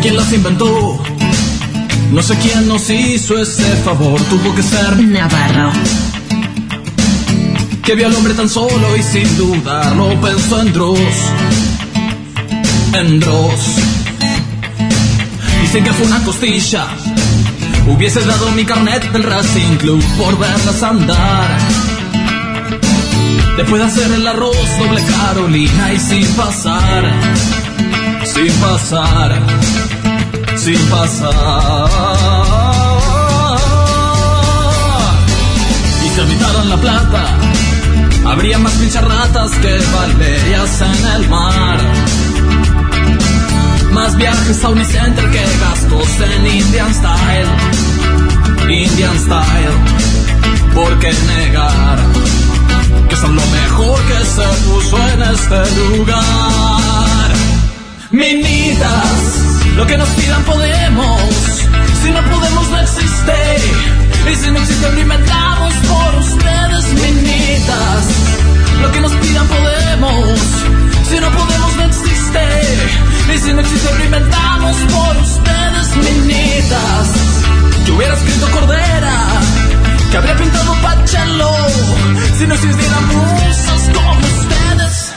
quién las inventó. No sé quién nos hizo ese favor, tuvo que ser Navarro. que vio al hombre tan solo y sin dudarlo pensó en Dross. En Dross. Dicen que fue una costilla. Hubiese dado mi carnet del Racing Club por verlas andar. Después de hacer el arroz doble Carolina y sin pasar. Sin pasar. Sin pasar. Y si habitaran la plata, habría más pincharratas que valerias en el mar. Más viajes a Unicenter que gastos en Indian Style. Indian Style, ¿por qué negar? Que son lo mejor que se puso en este lugar. Minitas, lo que nos pidan podemos. Si no podemos, no existe. Y si no existe, lo inventamos por ustedes, minitas. Lo que nos pidan podemos. Si no podemos, no existe. Y si no existe, lo inventamos por ustedes, minitas. Yo hubiera escrito Cordera, que habría pintado Pachelo. Si no existieran musas como ustedes.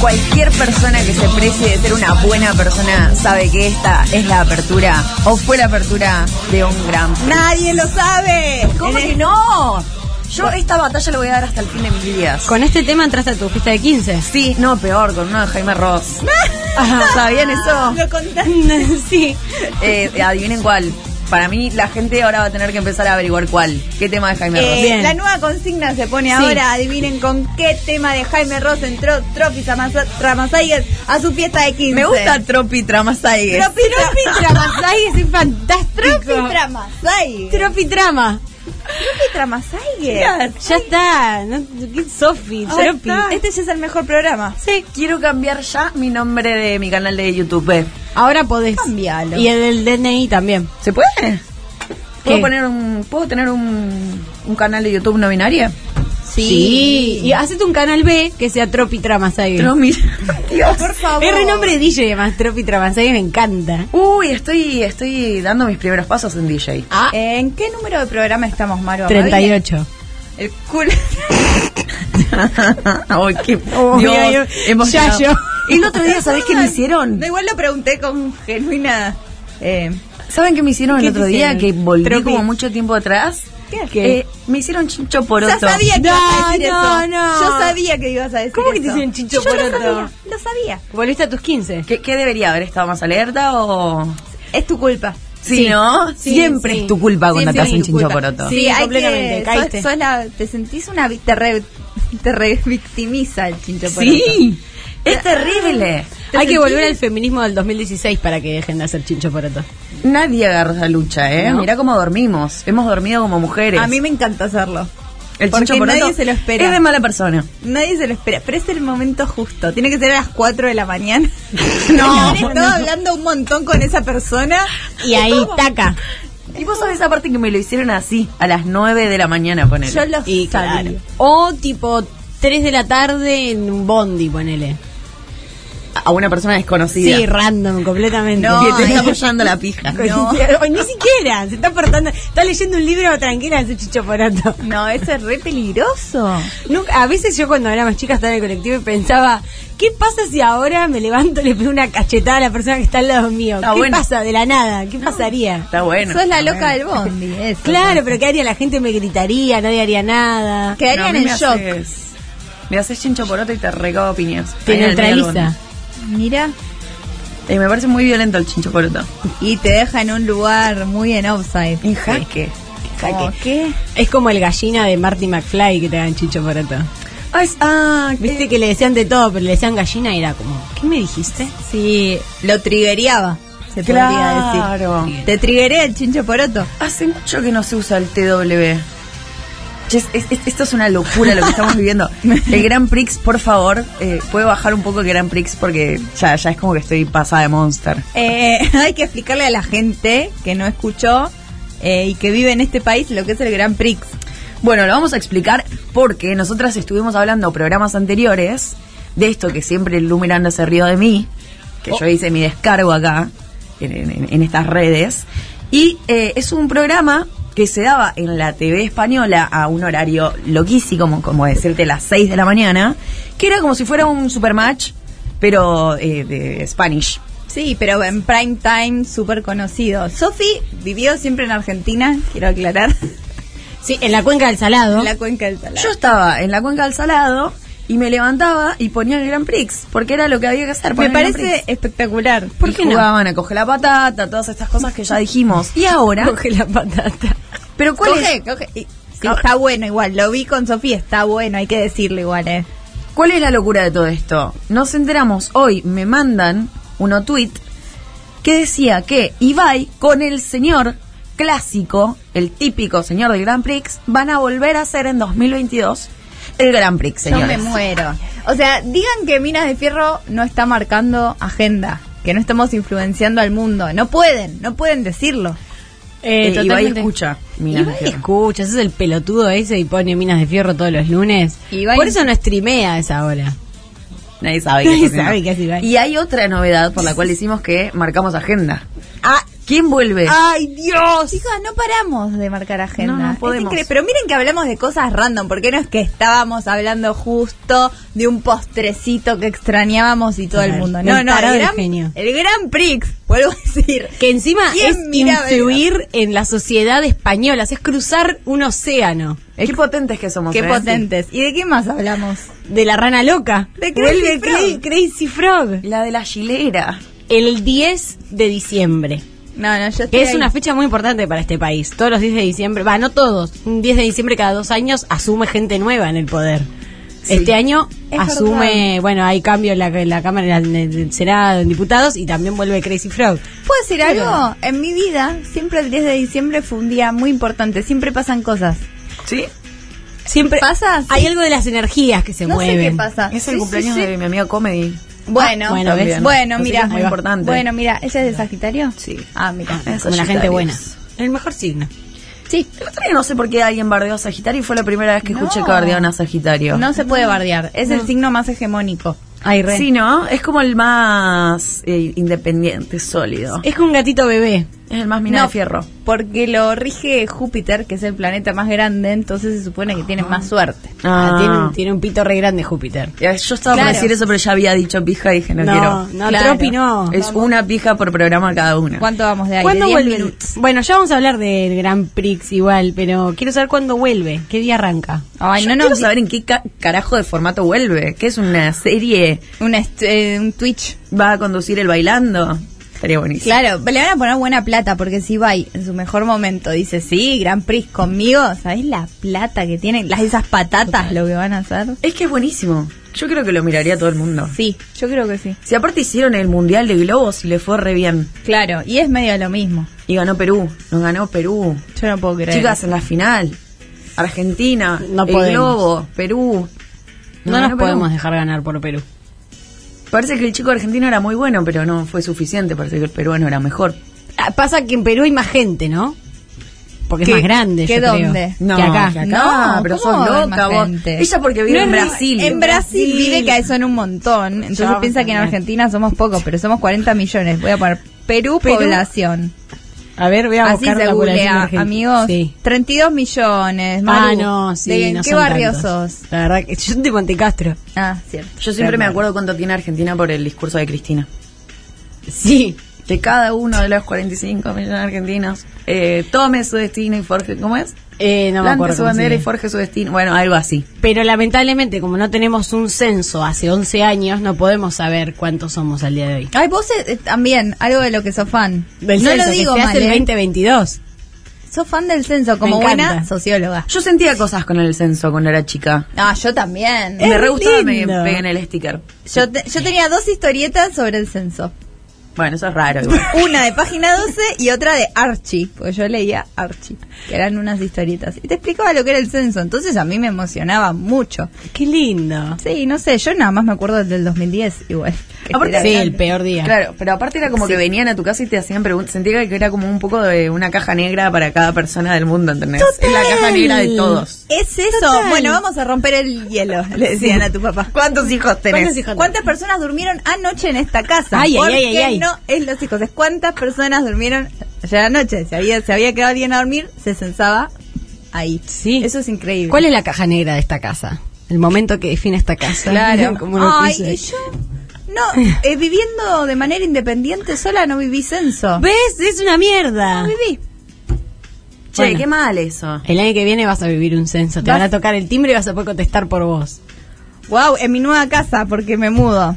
Cualquier persona que se precie de ser una buena persona sabe que esta es la apertura o fue la apertura de un gran. Prix. Nadie lo sabe. ¿Cómo En que el- no? Yo esta batalla la voy a dar hasta el fin de mis días. Con este tema entraste a tu fiesta de 15. Sí, no, peor, con uno de Jaime Ross. ¿Sabían eso? Lo contaste. sí. Eh, adivinen cuál. Para mí, la gente ahora va a tener que empezar a averiguar cuál. ¿Qué tema de Jaime Eh, Ross? Bien. la nueva consigna se pone Sí. ahora. Adivinen con qué tema de Jaime Ross entró Tropi Tramasa- Tramasaigas a su fiesta de 15. Me gusta Tropi Tramasaigue. Tropi Tropi Tramasai es fantástico. Tropi Tramasaigas. Tropi trama. Tropi Tramasaigas. Ya está. No, ¿qué? Sofi, Ahora Tropi. está. Este ya es el mejor programa. Sí. Quiero cambiar ya mi nombre de mi canal de YouTube. Ahora podés. Cambialo. Y el del DNI también. ¿Se puede? ¿Puedo, ¿Qué? poner un, ¿puedo tener un, un canal de YouTube no binaria? Sí. Y hacete un canal B que sea Tropi Tramasai. No, mira. Dios. Por favor. Es renombre de DJ además, Tropi Tramasai, me encanta. Uy, estoy, estoy dando mis primeros pasos en DJ. Ah. ¿En qué número de programa estamos, Maro? 38. El culo. Ay, qué- Oh, Dios, mira, yo- emocionado. ya yo. El otro día, ¿sabés qué me hicieron? Da igual lo pregunté con genuina. Eh, ¿Saben qué me hicieron el ¿Qué otro te día? hicieron? Que volví Tropi. como mucho tiempo atrás. ¿Qué? Eh, me hicieron chincho por Ya otro. sabía que No, ibas a decir no, eso. no. Yo sabía que ibas a decir ¿Cómo que te eso. hicieron chincho Yo poroto? Lo sabía. Lo sabía. ¿Volviste a tus 15? ¿Qué, qué debería haber estado más alerta o...? Es tu culpa. Sí, Sí. ¿no? Sí, Siempre sí. es tu culpa Sí, cuando sí, te hacen es tu chincho culpa. poroto. Sí, completamente, que- caíste. sos- sos la- te sentís una. vi- Te, re, te revictimiza el chincho poroto. Sí, es terrible. ah, Hay que volver al feminismo del 2016 para que dejen de hacer chincho poroto. Nadie agarra esa lucha, ¿eh? No. Mirá cómo dormimos. Hemos dormido como mujeres. A mí me encanta hacerlo. el porque chincho poroto nadie se lo espera. Es de mala persona. Nadie se lo espera, pero es el momento justo. Tiene que ser a las 4 de la mañana. No. Haber estado hablando un montón con esa persona. Y ahí, taca. Y vos sabés esa parte que me lo hicieron así, a las 9 de la mañana, ponele. Yo lo Y sabía. claro. O tipo 3 de la tarde en un bondi, ponele. A una persona desconocida. Sí, random, completamente. eh. que te está apoyando la pija. No. Ni siquiera, se está portando, está leyendo un libro tranquila ese chicho poroto. No, eso es re peligroso. Nunca, a veces yo cuando era más chica estaba en el colectivo y pensaba, ¿qué pasa si ahora me levanto y le pego una cachetada a la persona que está al lado mío? Está ¿Qué Ah, bueno. pasa de la nada? ¿Qué pasaría? Está bueno. Sos la loca del bondi, eso. Claro, pero ¿qué haría? La gente me gritaría, nadie haría nada. No, a Quedarían mí en me shock. haces- Me haces chincho poroto y te recago piñas. Te neutraliza. Mira, Eh, me parece muy violento el chincho poroto. y te deja en un lugar muy en offside. En jaque. Como, ¿Qué? Es como el gallina de Marty McFly que te dan chicho poroto. Ah, es- ah, Viste que le decían de todo, pero le decían gallina y era como, ¿qué me dijiste? Sí, lo triguereaba, se Claro. podría decir. Te triguerea el chincho poroto. Hace mucho que no se usa el TW. Ches, es- es- esto es una locura lo que estamos viviendo. El Grand Prix, por favor, eh, puede bajar un poco el Grand Prix porque ya, ya es como que estoy pasada de Monster. Eh, hay que explicarle a la gente que no escuchó eh, y que vive en este país lo que es el Gran Prix. Bueno, lo vamos a explicar porque nosotras estuvimos hablando programas anteriores de esto que siempre Lu Miranda se rió de mí, que yo hice mi descargo acá en, en- en estas redes. Y eh, es un programa que se daba en la TV española a un horario loquísimo, como, como decirte las 6 de la mañana, que era como si fuera un supermatch, pero eh, de Spanish. Sí, pero en prime time, súper conocido. Sofi vivió siempre en Argentina, quiero aclarar, Sí, en la cuenca del Salado. en la cuenca del Salado. Yo estaba en la cuenca del Salado y me levantaba y ponía el Grand Prix, porque era lo que había que hacer. Me poner el Grand Prix. parece espectacular. ¿Por qué jugaban a coge la patata, todas estas cosas que ya dijimos. Y ahora, Coge la patata. pero ¿cuál Coge, es, coge. Y- sí, Ah. está bueno igual, lo vi con Sofía, está bueno, hay que decirlo igual, eh. cuál es la locura de todo esto? Nos enteramos hoy, me mandan uno tweet que decía que Ibai con el señor clásico, el típico señor del Grand Prix, van a volver a ser en 2022 el Grand Prix, Yo me señores. muero. O sea, digan que Minas de Fierro no está marcando agenda, que no estamos influenciando al mundo. No pueden, no pueden decirlo. Eh, Eh, Ibai totalmente. escucha. Minas de Ibai Fierro. escucha, ese es el pelotudo ese y pone minas de fierro todos los lunes. Ibai- Por eso no streamea a esa hora. Nadie sabe Nadie qué es sabe Ibai. qué es Ibai. Y hay otra novedad por la cual decimos que marcamos agenda. ¿Quién vuelve? Ah, ¡Ay, Dios! Chicas, no paramos de marcar agenda. No, no Es podemos. increíble. Pero miren que hablamos de cosas random, porque no es que estábamos hablando justo de un postrecito que extrañábamos y todo el Claro. mundo. Un No, no, tarado el de gran, genio. el gran Prix, vuelvo a decir. Que encima ¿Quién es mira, influir en la sociedad española, es cruzar un océano. Qué potentes que somos. Qué ¿eh? potentes. ¿Y de qué más hablamos? De la rana loca. De Crazy Vuelve Frog. Cra- Crazy Frog. La de la chilera. El 10 de diciembre. No, no, yo estoy Que es ahí. una fecha muy importante para este país. Todos los 10 de diciembre, va, no todos, un 10 de diciembre cada dos años asume gente nueva en el poder. Sí. Este año Es asume, bueno, hay cambio en la, en la Cámara, en el- en el Senado, en diputados y también vuelve Crazy Frog. ¿Puedo decir algo? En mi vida, siempre el 10 de diciembre fue un día muy importante. Siempre pasan cosas. ¿Sí? Siempre ¿Pasa? Sí. hay algo de las energías que se no mueven. sé qué pasa. Es el Sí, cumpleaños sí, sí. de mi amiga Comedy. Bueno, Ah, bueno, ¿ves? bueno, Así que mira. es muy Ahí va. importante. Bueno, mira, ¿ella es de Sagitario? Sí. Ah, mira. Es Como la gente Sagitarios. buena. El mejor signo. Sí. El otro día no sé por qué alguien bardeó a Sagitario y fue la primera vez que No. escuché que bardeaban a Sagitario. No se puede bardear. Es el signo más hegemónico. Ay, re. Sí, ¿no? Es como el más eh, independiente, sólido. Es como un gatito bebé. Es el más mina no, de fierro. Porque lo rige Júpiter, que es el planeta más grande, entonces se supone que tiene más suerte. Ah, Ah. tiene, un- tiene un pito re grande Júpiter. Ya, Yo estaba Claro. por decir eso, pero ya había dicho pija y dije, no, no, quiero. no, Claro. Tropi no. es una pija por programa cada una. ¿Cuánto vamos de aire? ¿Cuándo Diez vuelve? minutos. Bueno, ya vamos a hablar del Grand Prix igual, pero quiero saber cuándo vuelve, qué día arranca. Ay, Yo no, no. quiero saber en qué ca- carajo de formato vuelve. Que es una serie? Una est- eh, un Twitch. ¿Va a conducir el bailando? Estaría buenísimo. Claro, le van a poner buena plata porque si Ibai en su mejor momento dice, sí, Gran Prix conmigo, ¿sabés la plata que tienen? Las esas patatas lo que van a hacer. Es que es buenísimo. Yo creo que lo miraría todo el mundo. Sí, yo creo que sí. Si aparte hicieron el Mundial de Globos y le fue re bien. Claro, y es medio lo mismo. Y ganó Perú. Nos ganó Perú. Yo no puedo creer. Chicas, en la final. Argentina, No el podemos. Globo, Perú. No, Nos nos ganó Perú. podemos dejar ganar por Perú. Parece que el chico argentino era muy bueno, pero no fue suficiente. Parece que el peruano era mejor. Ah, Pasa que en Perú hay más gente, ¿no? Porque ¿Qué- es más grande, qué yo creo, dónde? No, que acá. que acá, No, pero ¿cómo sos hay loca más vos. gente? Ella porque vive No, en no, Brasil. En Brasil vive que son un montón, entonces Ya, piensa que en genial. Argentina somos pocos, pero somos 40 millones. Voy a poner Perú, Perú. población. A ver, voy a Así buscar se la población googlea, argentina. amigos. Sí. 32 millones. Ah, Maru, no, sí, ¿de- ¿En no qué son barrio tantos. sos? La verdad que yo soy de Montecastro. Ah, cierto. Yo siempre me acuerdo cuánto tiene Argentina por el discurso de Cristina. Sí. Que cada uno de los 45 millones de argentinos eh, tome su destino y forje. ¿Cómo es? Eh, no me Plante acuerdo cómo su se bandera y llama. forje su destino. Bueno, algo así. Pero lamentablemente, como no tenemos un censo hace 11 años, no podemos saber cuántos somos al día de hoy. Ay, vos eh, también, algo de lo que sos fan. Del no censo, lo que digo se mal, hace el ¿eh? 2022. Sos fan del censo, como Me encanta. buena socióloga. Yo sentía cosas con el censo cuando era chica. Ah, yo también. Es me re gustaba, me lindo. pegué en el sticker. Yo, te- yo tenía dos historietas sobre el censo. Bueno, eso es raro. igual. Una de página 12 y otra de Archie, porque yo leía Archie, que eran unas historietas. Y te explicaba lo que era el censo, entonces a mí me emocionaba mucho. Qué lindo. Sí, no sé, yo nada más me acuerdo del 2010 igual. que Aparte- era- Sí, Sí, el peor día. Este Claro, pero aparte era como que venían a tu casa y te hacían preguntas. Sentía que era como un poco de una caja negra para cada persona del mundo, ¿entendés? Es la caja negra de todos. Es eso. Bueno, vamos a romper el hielo, le decían a tu papá. ¿Cuántos hijos tenés? ¿Cuántos hijos? ¿Cuántas personas durmieron anoche en esta casa? Ay, ay, Porque ay, ay, ay. no es los hijos, es cuántas personas durmieron ayer anoche. Si había, se había quedado alguien a dormir, se censaba ahí. Sí. Eso es increíble. ¿Cuál es la caja negra de esta casa? El momento que define esta casa. Claro. Como lo Ay, quiso. y yo, no, eh, viviendo de manera independiente sola no viví censo. ¿Ves? Es una mierda. No viví. Che, qué mal eso. El año que viene vas a vivir un censo. Te Vas- van a tocar el timbre y vas a poder contestar por vos. Wow, en mi nueva casa porque me mudo.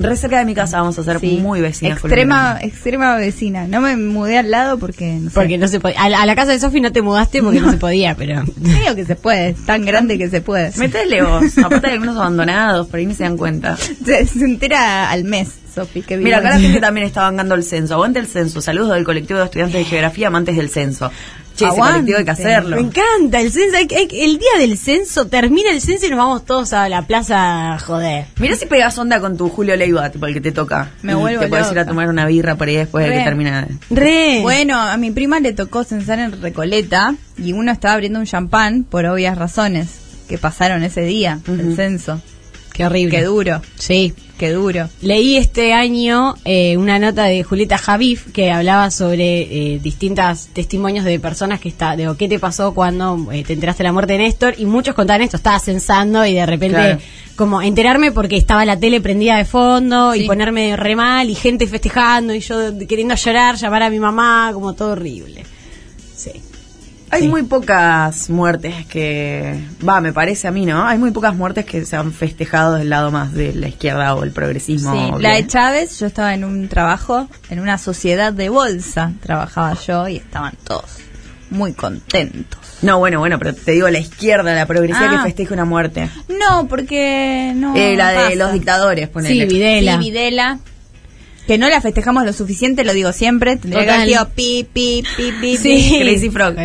Re cerca de mi casa vamos a ser Sí. muy vecinas. con Extrema, extrema vecina. No me mudé al lado porque no sé. Porque no se podía. A la, a la casa de Sofi no te mudaste porque no, se podía, pero. Creo que se puede, es tan grande que se puede. Juliana. Metele vos. Aparte hay algunos abandonados, por ahí ni se dan cuenta. Se, se entera al mes, Sofi, que vivo Mira, acá la en- gente también está bancando el censo. Aguante el censo. Saludos del colectivo de estudiantes de geografía amantes del censo. Che, ese Aguante. colectivo hay que hacerlo. Me encanta el censo. hay que- hay que- el día del censo termina el censo y nos vamos todos a la plaza a joder. Mirá si pegas onda con tu Julio Leiva, tipo el que te toca. Me Y vuelvo Te puedes ir a loca. tomar una birra por ahí después de Re. que termina. de- Re. Bueno, a mi prima le tocó censar en Recoleta y uno estaba abriendo un champán por obvias razones que pasaron ese día, el censo. Qué horrible. Qué duro, Sí. qué duro. Leí este año eh, una nota de Julieta Javif que hablaba sobre eh, distintas testimonios de personas que está, digo, ¿qué te pasó cuando eh, te enteraste de la muerte de Néstor? Y muchos contaban esto, estaba censando y de repente Claro. como enterarme porque estaba la tele prendida de fondo Sí. y ponerme re mal y gente festejando y yo queriendo llorar, llamar a mi mamá, como todo horrible. Sí. Hay Sí. muy pocas muertes que. Va, me parece a mí, ¿no? Hay muy pocas muertes que se han festejado del lado más de la izquierda o el progresismo. Sí, o la que- de Chávez, yo estaba en un trabajo, en una sociedad de bolsa, trabajaba yo y estaban todos muy contentos. No, bueno, bueno, pero te digo la izquierda, la progresía Ah. que festeja una muerte. No, porque no. Eh, la pasa. de los dictadores, Sí, ponele. Videla. Sí, Videla. Que no la festejamos lo suficiente, lo digo siempre. Tendría que Total. haber sido pi, pi, pi, pi, Sí. pi. Crazy Frog. Sí,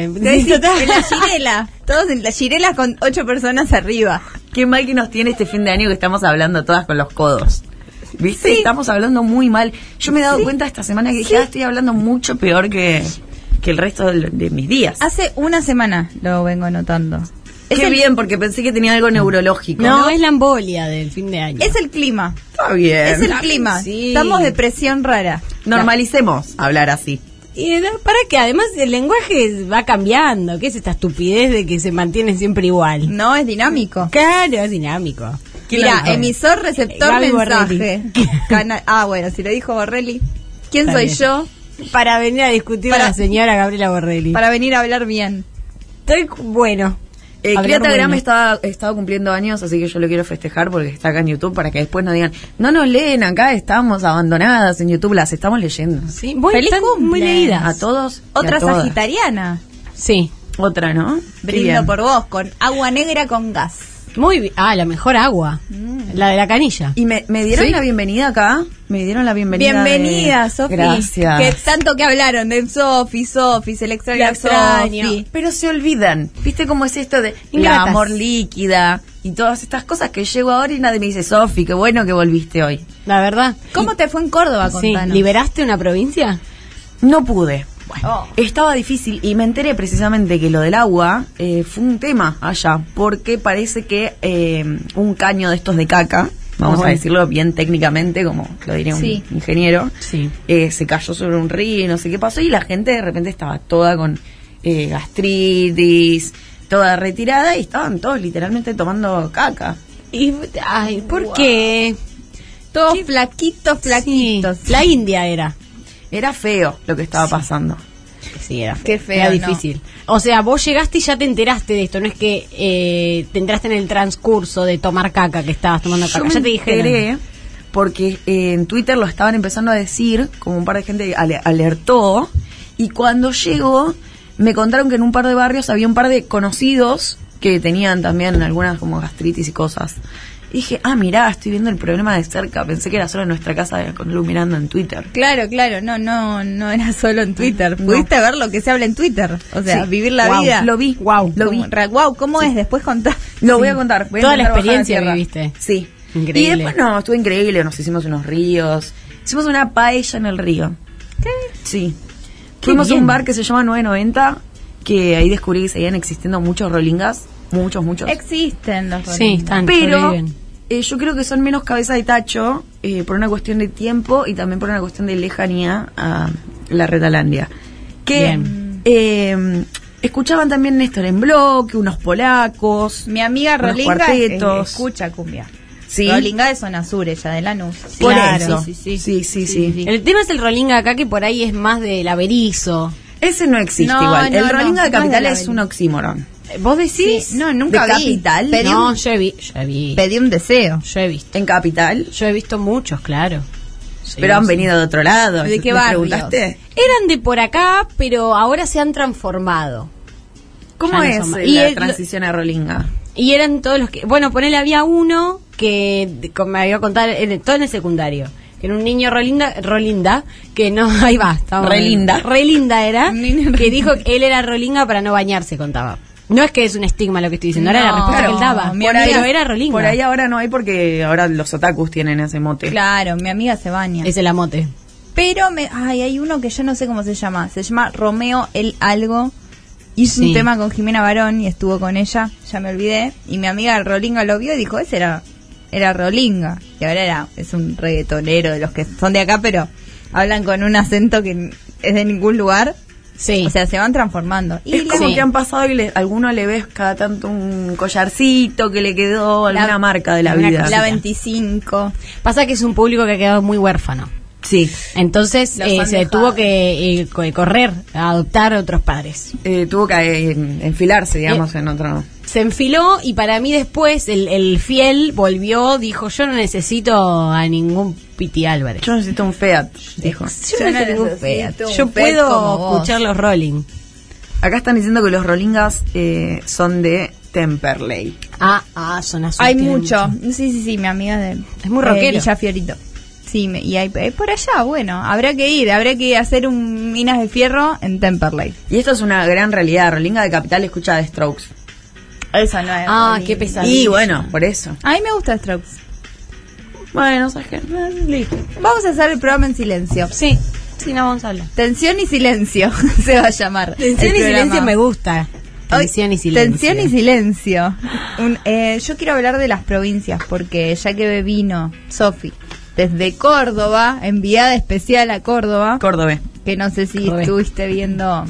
en la girela. Todos en la girela con ocho personas arriba. Qué mal que nos tiene este fin de año que estamos hablando todas con los codos. ¿Viste? Estamos hablando muy mal. Yo me he dado cuenta esta semana que dije, "Ah, estoy hablando mucho peor que, que el resto de, de mis días. Hace una semana lo vengo notando. Ah, Qué bien, porque pensé que tenía algo neurológico. No, es la embolia del fin de año. Es el clima. Está bien. Es el clima. sí. Estamos de presión rara. Normalicemos hablar así. Y da- para que además el lenguaje va cambiando, ¿qué es esta estupidez de que se mantiene siempre igual? No, es dinámico. Claro, es dinámico. ¿Quién lo Mira, dijo? emisor, receptor, Eh, Gaby mensaje. Borrelli. Cana- ah, bueno, si lo dijo Borrelli. ¿Quién Está soy bien. yo Para venir a discutir Para- a la señora Gabriela Borrelli. para venir a hablar bien? Estoy cu- bueno. Eh, Hablar Criata Graham bueno. estaba, estaba cumpliendo años, así que yo lo quiero festejar porque está acá en YouTube para que después no digan, no nos leen, acá estamos abandonadas en YouTube, las estamos leyendo. Sí, bueno, Feliz están cumple. muy A leídas. todos. y a Otra todas. sagitariana. Sí. Otra, ¿no? Qué Brindo bien. por vos con agua negra con gas. Muy bien. Ah, la mejor agua. La de la canilla. Mm. Y me, me dieron Sí. la bienvenida acá. Me dieron la bienvenida. Bienvenida, de- Sofi. Gracias. Que tanto que hablaron de Sofi, Sofi, se le extraña La a extraño. Sofi. Pero se olvidan. ¿Viste cómo es esto de Ingratas. la amor líquida y todas estas cosas que llego ahora y nadie me dice, Sofi, qué bueno que volviste hoy? La verdad. ¿Cómo te fue en Córdoba, Sí. contanos? ¿Liberaste una provincia? No pude. Bueno, Oh. estaba difícil y me enteré precisamente que lo del agua eh, fue un tema allá, porque parece que eh, un caño de estos de caca, vamos a Ay. decirlo bien técnicamente, como lo diría un Sí. ingeniero, Sí. eh, se cayó sobre un río y no sé qué pasó, y la gente de repente estaba toda con eh, gastritis, toda retirada, y estaban todos literalmente tomando caca. Y, ay, ¿por qué? Todos flaquitos, flaquitos. Sí. La India era. Era feo lo que estaba pasando. Sí, era feo. Qué feo, Era ¿no? difícil. O sea, vos llegaste y ya te enteraste de esto. No es que eh, te enteraste en el transcurso de tomar caca que estabas tomando Yo caca. me ya te dije. enteré porque eh, en Twitter lo estaban empezando a decir, como un par de gente ale- alertó, y cuando llegó me contaron que en un par de barrios había un par de conocidos que tenían también algunas como gastritis y cosas. Y dije, ah, mirá, estoy viendo el problema de cerca. Pensé que era solo en nuestra casa con Lu mirando en Twitter. Claro, claro, no, no, no era solo en Twitter. No. Pudiste ver lo que se habla en Twitter. O sea, Sí. vivir la Guau, vida. Lo vi, wow, lo vi. Como- ra- guau, ¿cómo es? Después contar. Lo voy a contar. voy a Toda la intentar bajar a experiencia tierra. viviste. Sí. Increíble. Y después no, estuvo increíble. Nos hicimos unos ríos. Hicimos una paella en el río. Sí. Fuimos a bien. un bar que se llama 990, que ahí descubrí que seguían existiendo muchos rolingas. Muchos, muchos. Existen los Sí, rolingas. están. Pero sobreviven. eh, yo creo que son menos cabeza de tacho eh, por una cuestión de tiempo y también por una cuestión de lejanía a la Retalandia. Que Bien. eh, escuchaban también Néstor en bloque, unos polacos. Mi amiga unos Rolinga eh, cuartetos. escucha cumbia. Sí. Rolinga de zona sur, ella de Lanús. Por Claro. eso. Sí, sí, sí. sí, sí. El tema es el rolinga acá que por ahí es más del averizo. Ese no existe No, igual. no, el Rolinga no, de Capital no es de la es un oxímoron. Eh, ¿Vos decís? Sí, no, nunca ¿De vi. Capital? Pedí No, un- yo he, vi- yo he vi- pedí un deseo. yo he visto. En Capital. Yo he visto muchos, claro. Sí, pero han sí. venido de otro lado. ¿De qué ¿Me barrios? preguntaste? Eran de por acá, pero ahora se han transformado. ¿Cómo Ya no es son más. eh, Y la el- transición a Rolinga? Y eran todos los que. Bueno, ponele, había uno que de- con- me había contado, en, todo en el secundario. Que era un niño rolinda, rolinda que no. Ahí va, estamos. Relinda. Relinda era. Un niño que relinda. dijo que él era rolinga para no bañarse, contaba. No es que es un estigma lo que estoy diciendo, era la No, respuesta que él daba. mi Por amiga- ahí era rolinga. Por ahí ahora no hay porque ahora los otakus tienen ese mote. Claro, mi amiga se baña. Es el amote. Pero me, ay, hay uno que yo no sé cómo se llama. Se llama Romeo el Algo. Hizo Sí. un tema con Jimena Barón y estuvo con ella. Ya me olvidé. Y mi amiga Rolinga lo vio y dijo, ese era, era Rolinga. Y ahora era, es un reggaetonero de los que son de acá, pero hablan con un acento que n- es de ningún lugar. Sí. O sea, se van transformando. Y Es la- como Sí. que han pasado y le- alguno le ves cada tanto un collarcito que le quedó, alguna marca de la una- vida. La 25. Pasa que es un público que ha quedado muy huérfano. Sí. Entonces Los eh, han se dejado. tuvo que eh, co- correr a adoptar a otros padres. Eh, tuvo que eh, enfilarse, digamos, en otro. Se enfiló y para mí después el, el fiel volvió, dijo yo no necesito a ningún Piti Álvarez. Yo necesito un Fiat, dijo. Yo, Yo no no necesito un necesito Fiat. un Yo Fiat como puedo vos. escuchar los Rolling. Acá están diciendo que los Rolingas eh, son de Temperley. Ah, ah, son azules. Hay tienen mucho. Sí, sí, sí, mi amiga de. Es muy de rockero. Villa Fiorito. Sí, me- y hay, eh, por allá, bueno, habrá que ir, habrá que hacer un Minas de Fierro en Temperley. Y esto es una gran realidad. Rolinga de Capital escucha de Strokes. Eso no es. Ah, Rolling. qué pesadilla. Y bueno, por eso. A mí me gusta Strokes. Bueno, ¿sabes qué? Eh, Listo. Vamos a hacer el programa en silencio. Sí, sí, no vamos a hablar. Tensión y silencio se va a llamar. Tensión el y programa. silencio me gusta. Hoy- Tensión y silencio. Tensión y silencio. Un- eh, yo quiero hablar de las provincias, porque ya que vino Sofi desde Córdoba, enviada especial a Córdoba. Córdoba. que no sé si Joder. estuviste viendo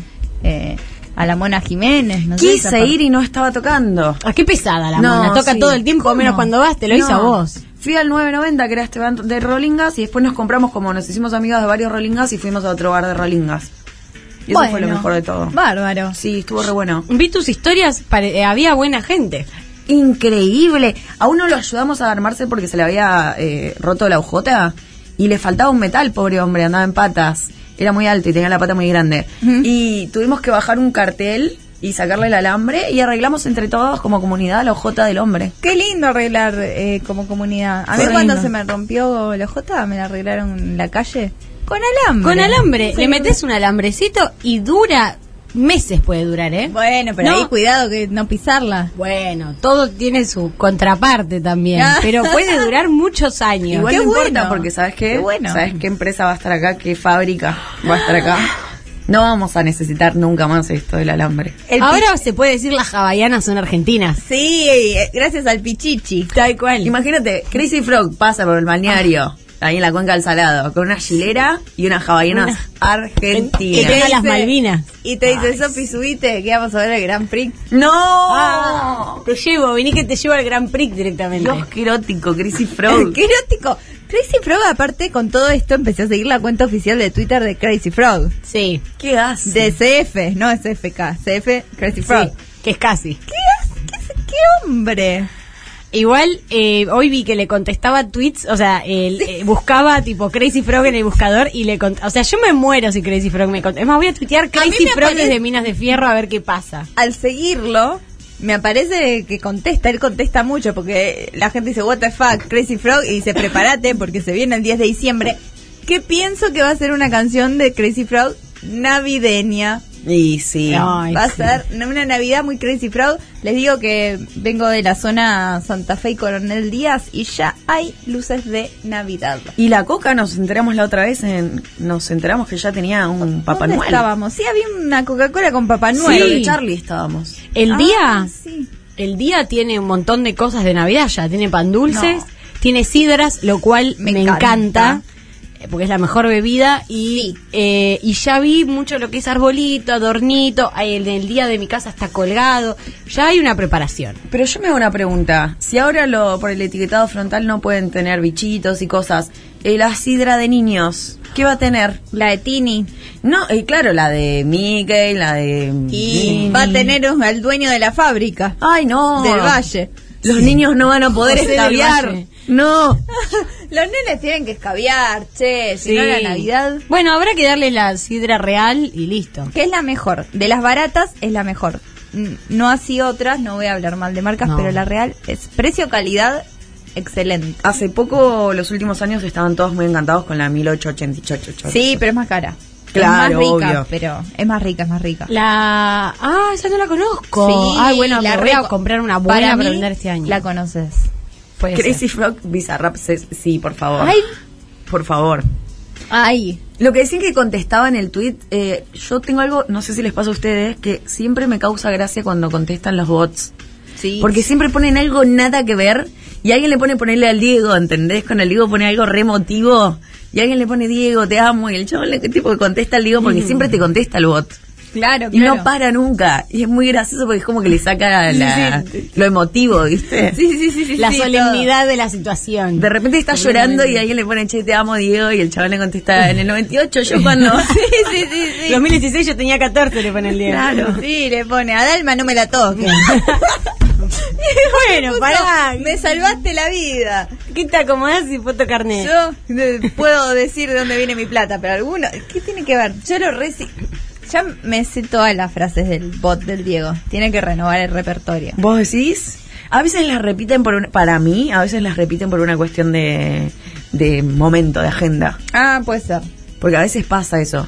eh, a la Mona Jiménez. No sé, esa Quise par- ir y no estaba tocando. Ah, qué pesada la mona. Toca sí. todo el tiempo, ¿Cómo? menos cuando vas, te lo hizo No. a vos. Fui al 990, que era este bar de Rolingas, y después nos compramos, como nos hicimos amigas de varios Rolingas, y fuimos a otro bar de Rolingas. Y eso fue Bueno, lo mejor de todo. Bárbaro. Sí, estuvo re bueno. Vi tus historias, pare- eh, había buena gente. Increíble. A uno lo ayudamos a armarse porque se le había eh, roto la ojota y le faltaba un metal, pobre hombre, andaba en patas. Era muy alto y tenía la pata muy grande. Y tuvimos que bajar un cartel y sacarle el alambre y arreglamos entre todos como comunidad la ojota del hombre. Qué lindo arreglar eh, como comunidad. A mí Fue cuando lindo. se me rompió la jota, me la arreglaron en la calle con alambre. Con alambre, Sí. le metes un alambrecito y dura meses puede durar, ¿eh? Bueno, pero No. ahí cuidado que no pisarla. Bueno, todo tiene su contraparte también, Ah. pero puede durar muchos años. Igual Qué no importa bueno. porque sabes qué, Qué bueno. sabes qué empresa va a estar acá, qué fábrica va a estar acá. No vamos a necesitar nunca más esto del alambre. El pi- Ahora se puede decir las hawaianas son argentinas. Sí, eh, gracias al pichichi. Tal cual. Imagínate, Crazy Frog pasa por el balneario, ahí en la cuenca del Salado, con una chilera y unas jabainas Que argentinas. tenga las Malvinas. Y te dice, Sofi, subite, que vamos a ver el Gran Prix. ¡No! Te llevo, vení que te llevo al Gran Prix directamente. Dios, qué erótico, Crazy Frog. Qué erótico. Crazy Frog, aparte, con todo esto, empecé a seguir la cuenta oficial de Twitter de Crazy Frog. Sí. ¿Qué haces? De CF, no es FK, CF Crazy Frog. sí, que es casi. ¿Qué, hace- qué, hace- qué hombre? Igual, eh, hoy vi que le contestaba tweets, o sea, él, eh, buscaba tipo Crazy Frog en el buscador y le cont- O sea, yo me muero si Crazy Frog me contesta. Es más, voy a tuitear mí Crazy me Frog apare- desde Minas de Fierro a ver qué pasa. Al seguirlo, me aparece que contesta, él contesta mucho porque la gente dice, what the fuck, Crazy Frog, y dice, prepárate porque se viene el 10 de diciembre. Que pienso que va a ser una canción de Crazy Frog navideña. Y sí. Ay, Va a sí. ser una Navidad muy crazy frog. Les digo que vengo de la zona Santa Fe y Coronel Díaz y ya hay luces de Navidad. Y la coca nos enteramos la otra vez, en- nos enteramos que ya tenía un Papá ¿Dónde Noel. estábamos? Sí, había una Coca-Cola con Papá Sí, Noel. de Charlie estábamos. El Ah, día, sí. el día tiene un montón de cosas de Navidad ya. Tiene pan dulces, No. tiene sidras, lo cual me, Me encanta. encanta. eh, porque es la mejor bebida. Y, eh, y ya vi mucho lo que es arbolito, adornito. ay, El del día de mi casa está colgado. Ya hay una preparación. Pero yo me hago una pregunta. Si ahora lo por el etiquetado frontal no pueden tener bichitos y cosas, eh, la sidra de niños, ¿qué va a tener? La de Tini. No, y claro, la de Mickey, la de... Y Minnie. va a tener un- al dueño de la fábrica Ay, no. del Valle. Los niños no van a poder José del escabiar. Valle. No. Los nenes tienen que escabiar, che, si no la Navidad. Bueno, habrá que darle la sidra real y listo. que es la mejor. De las baratas es la mejor. Mm, No así otras, no voy a hablar mal de marcas, No. pero la real es precio-calidad excelente. Hace poco, los últimos años, estaban todos muy encantados con la 1888. Sí, pero es más cara. Claro, es más rica, obvio. pero es más rica, es más rica. La. Ah, esa no la conozco. Sí, Ay, bueno, la me voy a reco- comprar una buena para, mí, vender este año. La conoces. Puede ser. Crazy Frog, Bizarrap, se- sí, por favor. Ay. Por favor. Ay, Lo que decían que contestaba en el tweet, eh, yo tengo algo, no sé si les pasa a ustedes, que siempre me causa gracia cuando contestan los bots. sí. Porque siempre ponen algo nada que ver y alguien le pone ponerle al Diego, ¿entendés? Con el Diego pone algo remotivo y alguien le pone Diego, te amo y el chavo le tipo que contesta al Diego porque siempre te contesta el bot. Mm. claro, Y no para nunca. Y es muy gracioso porque es como que le saca la- lo emotivo, ¿viste? sí, sí, sí, sí. La sí, solemnidad de la situación. De repente está llorando y alguien le pone, che, te amo Diego y el chaval le contesta, en el 98 yo cuando... todo. Sí, sí, sí, sí. 2016 yo tenía 14, le pone el día. Claro. Sí, le pone, a Dalma no me la toques. Bueno, pará. Me salvaste la vida. ¿Qué te acomodás y foto carnet? Yo eh, puedo decir de dónde viene mi plata, pero alguno, ¿qué tiene que ver? Yo lo reci... Ya me sé todas las frases del bot del Diego. Tiene que renovar el repertorio. ¿Vos decís? A veces las repiten por un- para mí, a veces las repiten por una cuestión de, de momento, de agenda. Ah, puede ser. Porque a veces pasa eso.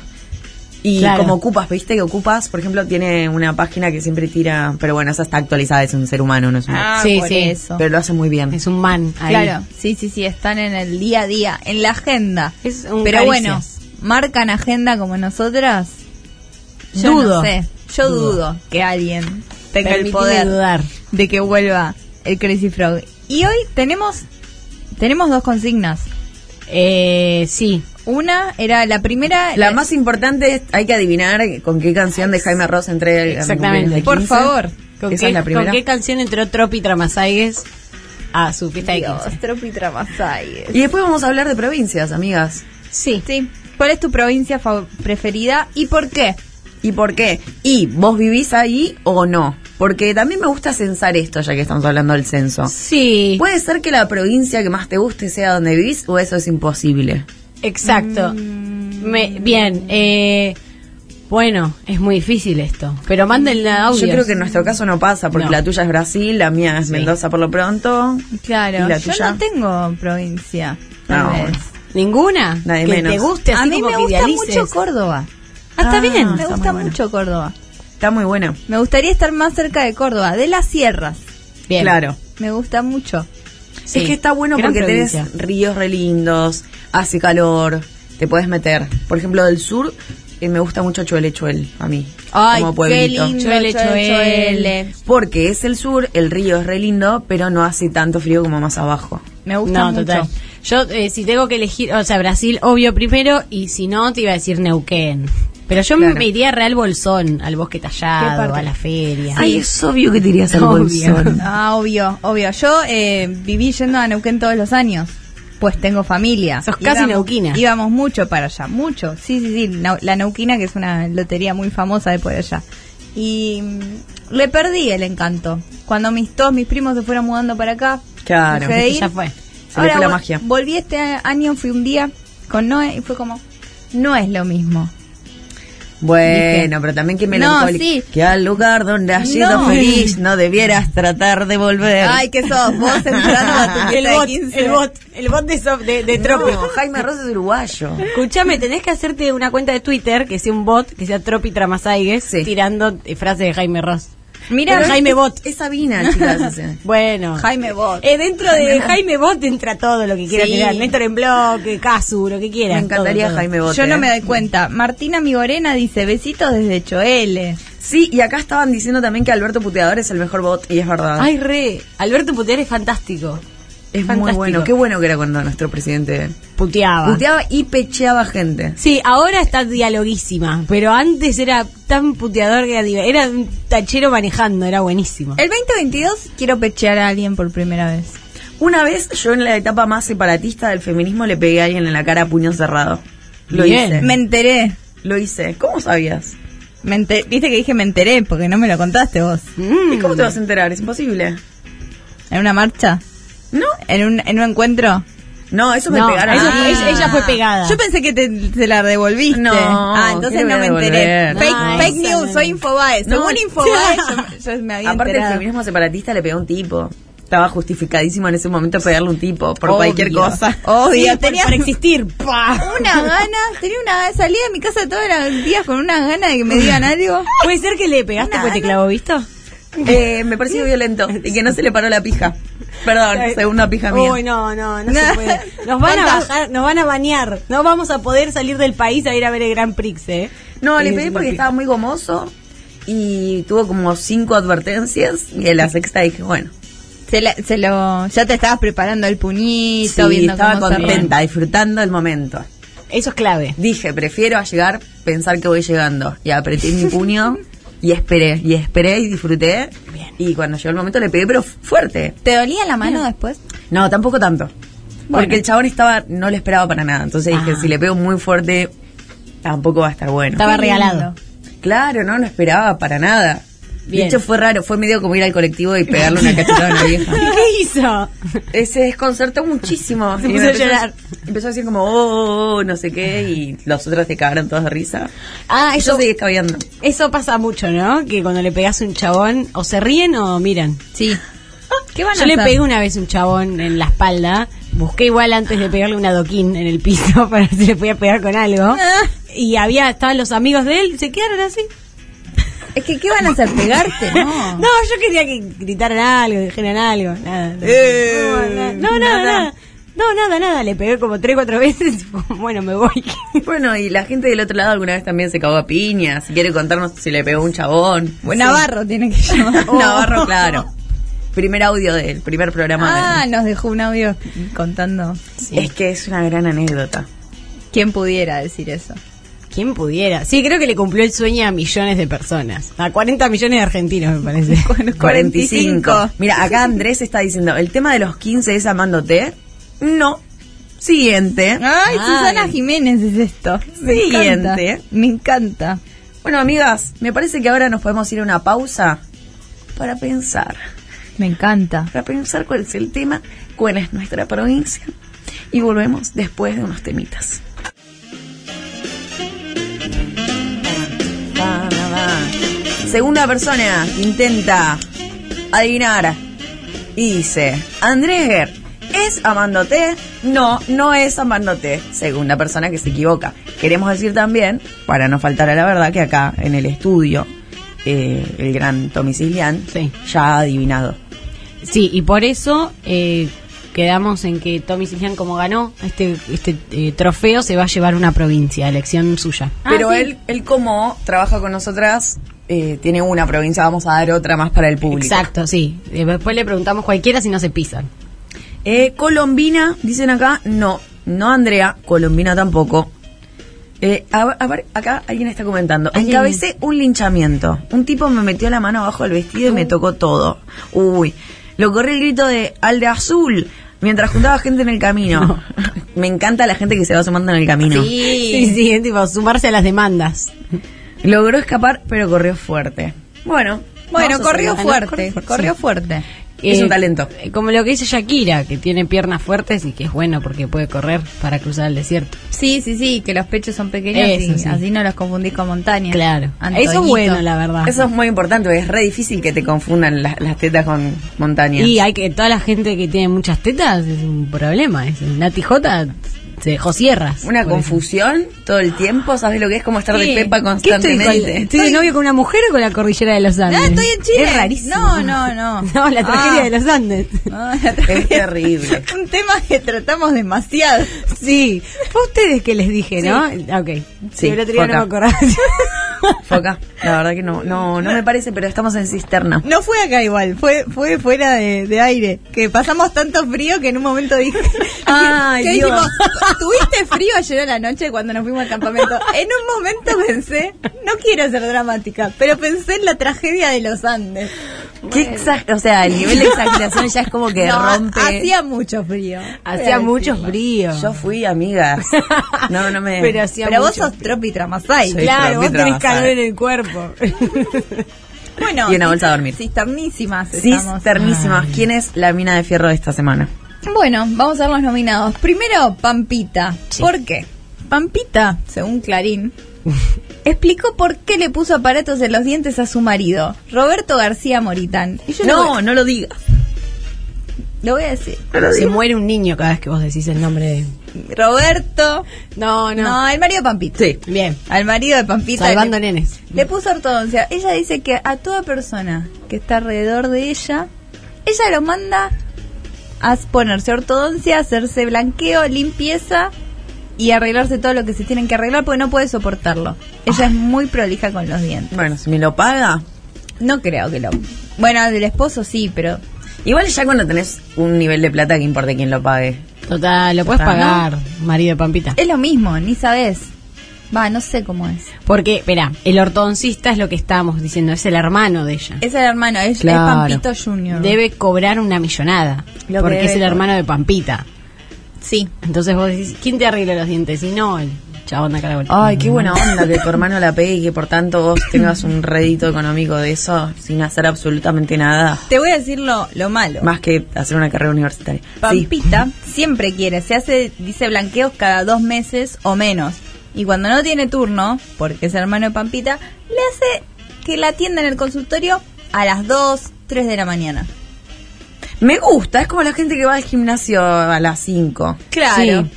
Y Claro. como ocupas, ¿viste? Que ocupas, por ejemplo, tiene una página que siempre tira, pero bueno, esa está actualizada, es un ser humano, no es un... Ah, Sí, por sí. eso. Pero lo hace muy bien. Es un man ahí. Claro, sí, sí, sí, están en el día a día, en la agenda. Es un pero bueno, caricias. marcan agenda como nosotras. Yo Dudo. No sé. Yo dudo. que alguien tenga Permitime el poder. dudar. de que vuelva el Crazy Frog. Y hoy tenemos tenemos dos consignas. Eh, sí. Una era la primera La más importante es, hay que adivinar con qué canción de Jaime Ross entré el- Exactamente. el de Por 15. favor. ¿Con, Esa qué, es la primera. ¿Con qué canción entró Tropi Tramasaigues a su fiesta Dios, de 15? Tropi Tramasai. Y después vamos a hablar de provincias, amigas. Sí. Sí. ¿Cuál es tu provincia fav- preferida y por qué? ¿Y por qué? ¿Y vos vivís ahí o no? Porque también me gusta censar esto, ya que estamos hablando del censo. Sí, Puede ser que la provincia que más te guste sea donde vivís o eso es imposible. exacto. Mm. Me- bien. eh, bueno, es muy difícil esto. Pero manden audio. Yo creo que en nuestro caso no pasa, porque No. la tuya es Brasil, la mía es Mendoza por lo pronto. Claro, ¿Y la yo tuya? no tengo provincia. tal No, vez. bueno. ¿Ninguna? Nadie que menos. te guste así A mí como me que gusta idealices. mucho Córdoba. Ah, está Ah, bien. me está gusta muy bueno. mucho Córdoba. Está muy buena. Me gustaría estar más cerca de Córdoba, de las sierras. Bien. Claro. Me gusta mucho. Sí. Es que está bueno Gran porque provincia. tenés ríos re lindos, hace calor, te puedes meter. Por ejemplo, del sur, eh, me gusta mucho Chuele Chuel, a mí. Ay, como qué pueblito. lindo. Choele, choele. choele. Porque es el sur, el río es re lindo, pero no hace tanto frío como más abajo. Me gusta No, mucho. total. Yo, eh, si tengo que elegir, o sea, Brasil, obvio primero, y si no, te iba a decir Neuquén. Pero yo Claro. me iría a Real Bolsón, al Bosque Tallado, a la feria. Ay, es obvio que te irías al Obvio. bolsón. Ah, obvio, obvio. Yo eh, viví yendo a Neuquén todos los años. Pues tengo familia. Sos casi neuquina. Íbamos mucho para allá, mucho. Sí, sí, sí. Nau- La Neuquina, que es una lotería muy famosa de por allá. Y mm, le perdí el encanto. Cuando mis todos mis primos se fueron mudando para acá. Claro. dejé de ir. ya fue. Se le fue la vol- magia. Volví este año, fui un día con Noé y fue como, no es lo mismo. Bueno, pero también que melancólico. sí. Que al lugar donde has sido No. feliz no debieras tratar de volver. Ay, que sos vos entrando a tu El fiesta de bot, 15. el bot, el bot de, so- de, de Tropi. No, Jaime Ross es uruguayo. Escuchame, tenés que hacerte una cuenta de Twitter que sea un bot, que sea Tropi Tramasaigues, Sí. tirando eh, frases de Jaime Ross. Mira, Pero Jaime Bot. Es Sabina, chicas. o sea. Bueno. Jaime Bot. Eh, dentro de Jaime Bot entra todo lo que quiera Sí. tirar. Néstor en bloque, Casu, lo que quiera. Me encantaría todo, todo. Jaime Bote. Yo no me ¿eh? doy cuenta. Martina Migorena dice, besitos desde Choele. Sí, y acá estaban diciendo también que Alberto Puteador es el mejor bot, y es verdad. Ay, re. Alberto Putear es fantástico. es muy fantástico. bueno. Qué bueno que era cuando nuestro presidente Puteaba. puteaba y pecheaba gente. Sí, ahora está dialoguísima, pero antes era tan puteador que era, div- era un tachero manejando, era buenísimo. El 2022 quiero pechear a alguien por primera vez. Una vez yo en la etapa más separatista del feminismo le pegué a alguien en la cara a puño cerrado. Lo Bien. hice. Me enteré. Lo hice. ¿Cómo sabías? Me enter- Viste que dije me enteré porque no me lo contaste vos. ¿Y cómo te vas a enterar? Es imposible. ¿En una marcha? ¿No? ¿En un, en un encuentro? Ah. No, eso me No, pegaron. Ah, eso- a mí. es- ella fue pegada. Yo pensé que te, te la devolviste. No, Ah, entonces ¿qué le no voy me a enteré. devolver? Fake, No, fake esa news, no. soy Infobae. No, Según no. Infobae, yo, yo me había Aparte del enterado. feminismo separatista le pegó a un tipo. Estaba justificadísimo en ese momento pegarle a un tipo por cualquier Obvio. cosa. Obvio, Sí, por- tenía por existir. ¡pah! una gana, tenía una salida de mi casa todos los días con una gana de que me digan Ah, algo. ¿Puede ser que le pegaste Una porque te gana. clavó visto? Eh, me pareció violento y que no se le paró la pija. Perdón, segunda pija mía. Uy, no, no, no se puede. Nos van a ¿Cuántas- bajar, nos van a banear. No vamos a poder salir del país a ir a ver el Gran Prix, ¿eh? No, le Es pedí una porque pija. estaba muy gomoso y tuvo como cinco advertencias y en la sexta dije, bueno, Se, la- se lo, ya te estabas preparando el puñito, sí, viendo estaba cómo se contenta, disfrutando el momento. Eso es clave. Dije, prefiero a llegar, pensar que voy llegando. Y apreté mi puño y esperé, y esperé y disfruté. Y cuando llegó el momento le pegué, pero fuerte. ríen. ¿Te dolía la mano después? No, tampoco tanto. Porque el chabón estaba, no le esperaba para nada. Entonces dije, si le pego muy fuerte, tampoco va a estar bueno. Ah. Estaba Qué regalado. lindo. Claro, no, no esperaba para nada. Bien. De hecho fue raro, fue medio como ir al colectivo y pegarle una cachetada a una vieja. ¿Qué hizo? Eh, Se desconcertó muchísimo. Se Y puso me a empezó llorar. Empezó a decir como, oh, oh, oh", no sé qué, y los otros se cagaron todos de risa. Ah, Y yo eso, seguí escabeando. eso pasa mucho, ¿no? Que cuando le pegas a un chabón, o se ríen o miran. Sí. ¿Qué van a Yo le hacer? pegué una vez un chabón en la espalda. Busqué igual antes de pegarle un adoquín en el piso para ver si le podía pegar con algo. Ah. Y había, estaban los amigos de él y se quedaron así. Es que, ¿qué van a hacer? ¿Pegarte? No, No. yo quería que gritaran algo, dijeran algo. Nada. No, nada. no, nada, nada. No, nada, nada. Le pegué como tres, cuatro veces. Bueno, me voy. Bueno, y la gente del otro lado alguna vez también se cagó a piña. Si quiere contarnos si le pegó un chabón. Bueno, Navarro tiene que llamar. Oh. Oh. Navarro, claro. Primer audio del primer programa. Ah, nos dejó un audio contando. de él. Es que es una gran anécdota. ¿Quién pudiera decir eso? ¿Quién pudiera? Sí, creo que le cumplió el sueño a millones de personas. A 40 millones de argentinos, me parece. 45. Mira, acá Andrés está diciendo, ¿el tema de los 15 es amándote? No. Siguiente. Ay, Ay. Susana Jiménez es esto. Me Siguiente. encanta. Me encanta. Bueno, amigas, me parece que ahora nos podemos ir a una pausa para pensar. Me encanta. Para pensar cuál es el tema, cuál es nuestra provincia. Y volvemos después de unos temitas. Va, va, va. Segunda persona que intenta adivinar y dice, Andrés Ger, ¿es amándote? No, no es amándote. Segunda persona que se equivoca. Queremos decir también, para no faltar a la verdad, que acá en el estudio eh, el gran Tommy Silian Sí. ya ha adivinado. Sí, y por eso eh, quedamos en que Tommy Sillian, como ganó este, este eh, trofeo, se va a llevar una provincia, elección suya. Pero él, él como trabaja con nosotras, eh, tiene una provincia, vamos a dar otra más para el público. Exacto, sí. Eh, Después le preguntamos cualquiera si no se pisan. Eh, Colombina, dicen acá, no, no Andrea, Colombina tampoco. Eh, a, ver- a ver, acá alguien está comentando. Alguien. Encabecé un linchamiento. Un tipo me metió la mano abajo del vestido y Uh. me tocó todo. Uy, lo corrí el grito de al de azul mientras juntaba gente en el camino. me encanta la gente que se va sumando en el camino. Sí, sí, es tipo sumarse a las demandas. Logró escapar, pero corrió fuerte. Bueno, Bueno, vamos a corrió seguir. fuerte, corrió fuerte. Es eh, un talento. Como lo que dice Shakira, que tiene piernas fuertes y que es bueno porque puede correr para cruzar el desierto. Sí, sí, sí, que los pechos son pequeños Eso, y sí. así no los confundís con montañas. Claro. Eso es Antoñito. bueno, la verdad. Eso es muy importante, porque es re difícil que te confundan las, las tetas con montañas. Y hay que toda la gente que tiene muchas tetas es un problema. Es, Nati J se dejó sierras. por Una eso. confusión todo el tiempo, ¿sabes lo que es como estar de Sí. ¿Qué pepa estoy, con- constantemente? ¿Estoy de novio con una mujer o con la cordillera de los Andes? Ah, estoy en Chile. Es rarísimo. No, no, no. No, la tragedia Ah. de los Andes. Ah, la tragedia. Es terrible. Un tema que tratamos demasiado. Sí, fue a ustedes que les dije, ¿no? Ah, Ok. Sí, Pero el otro día fue no me acá. acordaba. Foca, la verdad que no, no, no me parece, pero estamos en cisterna. No fue acá igual, fue fue fuera de, de aire. Que pasamos tanto frío que en un momento dije. Ay, que Dios. dijimos, ¿tuviste frío ayer a la noche cuando nos fuimos al campamento? En un momento pensé, no quiero ser dramática, pero pensé en la tragedia de los Andes. Qué exacto, o sea, el nivel de exageración ya es como que No, rompe. Hacía mucho frío. Hacía mucho frío. Yo fui amigas. No, no me. Pero hacía Pero vos mucho sos tropi tramasai. Soy Claro, vos tenés trabajar. calor en el cuerpo. Bueno, Y una bolsa a dormir. Cisternísimas estamos. Ah. Cisternísimas. ¿Quién es la mina de fierro de esta semana? Bueno, vamos a ver los nominados. Primero, Pampita. Sí. ¿Por qué? Pampita, según Clarín, explicó por qué le puso aparatos en los dientes a su marido, Roberto García Moritán. Y yo lo, voy, No, no lo digas. lo voy a decir. Se muere un niño cada vez que vos decís el nombre de... Roberto. No, No, no. el marido de Pampita. Sí. Bien. Al marido de Pampita. Salvando le, nenes. le puso ortodoncia. Ella dice que a toda persona que está alrededor de ella, ella lo manda a ponerse ortodoncia, hacerse blanqueo, limpieza y arreglarse todo lo que se tienen que arreglar porque no puede soportarlo. Ella es muy prolija con los dientes. Bueno, si me lo paga. No creo que lo. Bueno, del esposo sí, pero. Igual ya cuando tenés un nivel de plata que importe quién lo pague. Total, lo puedes Total, ¿no? pagar, marido de Pampita. Es lo mismo, ni sabes. Va, no sé cómo es. Porque, espera, el ortodoncista es lo que estábamos diciendo, es el hermano de ella. Es el hermano, es, es Claro. Pampito Junior. Debe cobrar una millonada, Lo que porque debe es el cobrar. hermano de Pampita. Sí. Entonces vos decís, ¿quién te arregla los dientes? Y no, el chabón de acá a la vuelta. Ay, qué buena onda que tu hermano la pegue y que por tanto vos tengas un rédito económico de eso sin hacer absolutamente nada. Te voy a decir lo, lo malo. Más que hacer una carrera universitaria. Sí. Pampita siempre quiere, se hace, dice blanqueos cada dos meses o menos. Y cuando no tiene turno, porque es hermano de Pampita, le hace que la atienda en el consultorio a las 2, 3 de la mañana. Me gusta, es como la gente que va al gimnasio a las 5. Claro.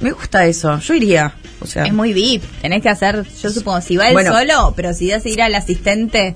Me gusta eso, yo iría. O sea, Es muy VIP. Tenés que hacer, yo supongo, si va él Bueno. solo, pero si das a ir al asistente.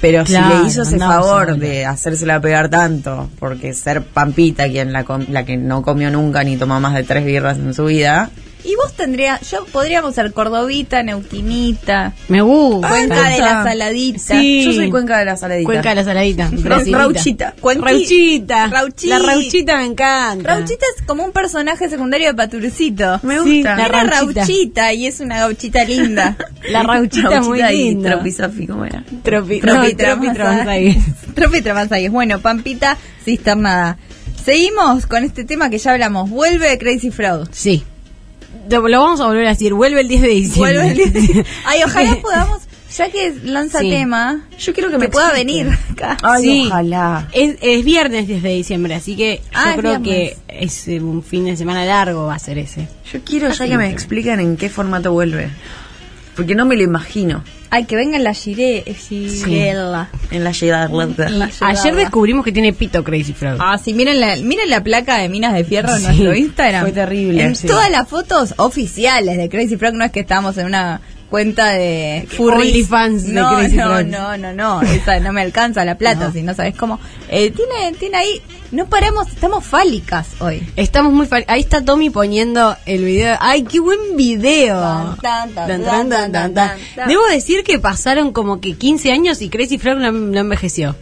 pero si Claro, le hizo ese andamos favor ahora. de hacérsela pegar tanto, porque ser Pampita, quien la, com- la que no comió nunca ni tomó más de tres birras en su vida, Y vos tendrías, yo podríamos ser cordobita, neuquinita, Me gusta. cuenca de está. la saladita. Uh, Sí. yo soy cuenca de la saladita. Cuenca de la saladita. Ra- brasilita. Rauchita. Cuenqui- Rauchita. Rauchita. La rauchita me encanta. Rauchita es como un personaje secundario de Paturcito. Me Sí, gusta. la Era rauchita. rauchita. y es una gauchita linda. La rauchita, es muy y linda. tropizafi, ¿cómo era? Tropi, no, Tropi tropi- Tramasai. Tropi Tramasai. Bueno, Pampita Cisternada. Seguimos con este tema que ya hablamos. Vuelve Crazy Frog. Sí. Lo, lo vamos a volver a decir. Vuelve el 10 de diciembre. Vuelve el día- Ay, ojalá podamos, ya que lanza Sí. tema, yo quiero que, me pueda expliquen. venir acá. Ay, Sí. ojalá. Es, es viernes 10 de diciembre, así que yo Ah, es creo viernes. que es eh, un fin de semana largo va a ser ese. Yo quiero ya que me expliquen en qué formato vuelve. Porque no me lo imagino. Ay, que venga la Gire, Girela. En la llegada de La Ayer llegada. descubrimos que tiene pito Crazy Frog. Ah, sí, miren la, miren la placa de Minas de Fierro en Sí, nuestro Instagram. fue terrible, En sí. todas las fotos oficiales de Crazy Frog, no es que estamos en una cuenta de furries. OnlyFans de no, Crazy no, Frog. No, no, no, esa no me alcanza la plata, No. si no sabes cómo. Eh, tiene, tiene ahí, no paramos, estamos fálicas hoy. Estamos muy fa- Ahí está Tommy poniendo el video. ¡Ay, qué buen video! Tan, tan, tan, Tan, tan, tan, tan, tan. tan. Debo decir que pasaron como que 15 años y Crazy Frog no, no envejeció.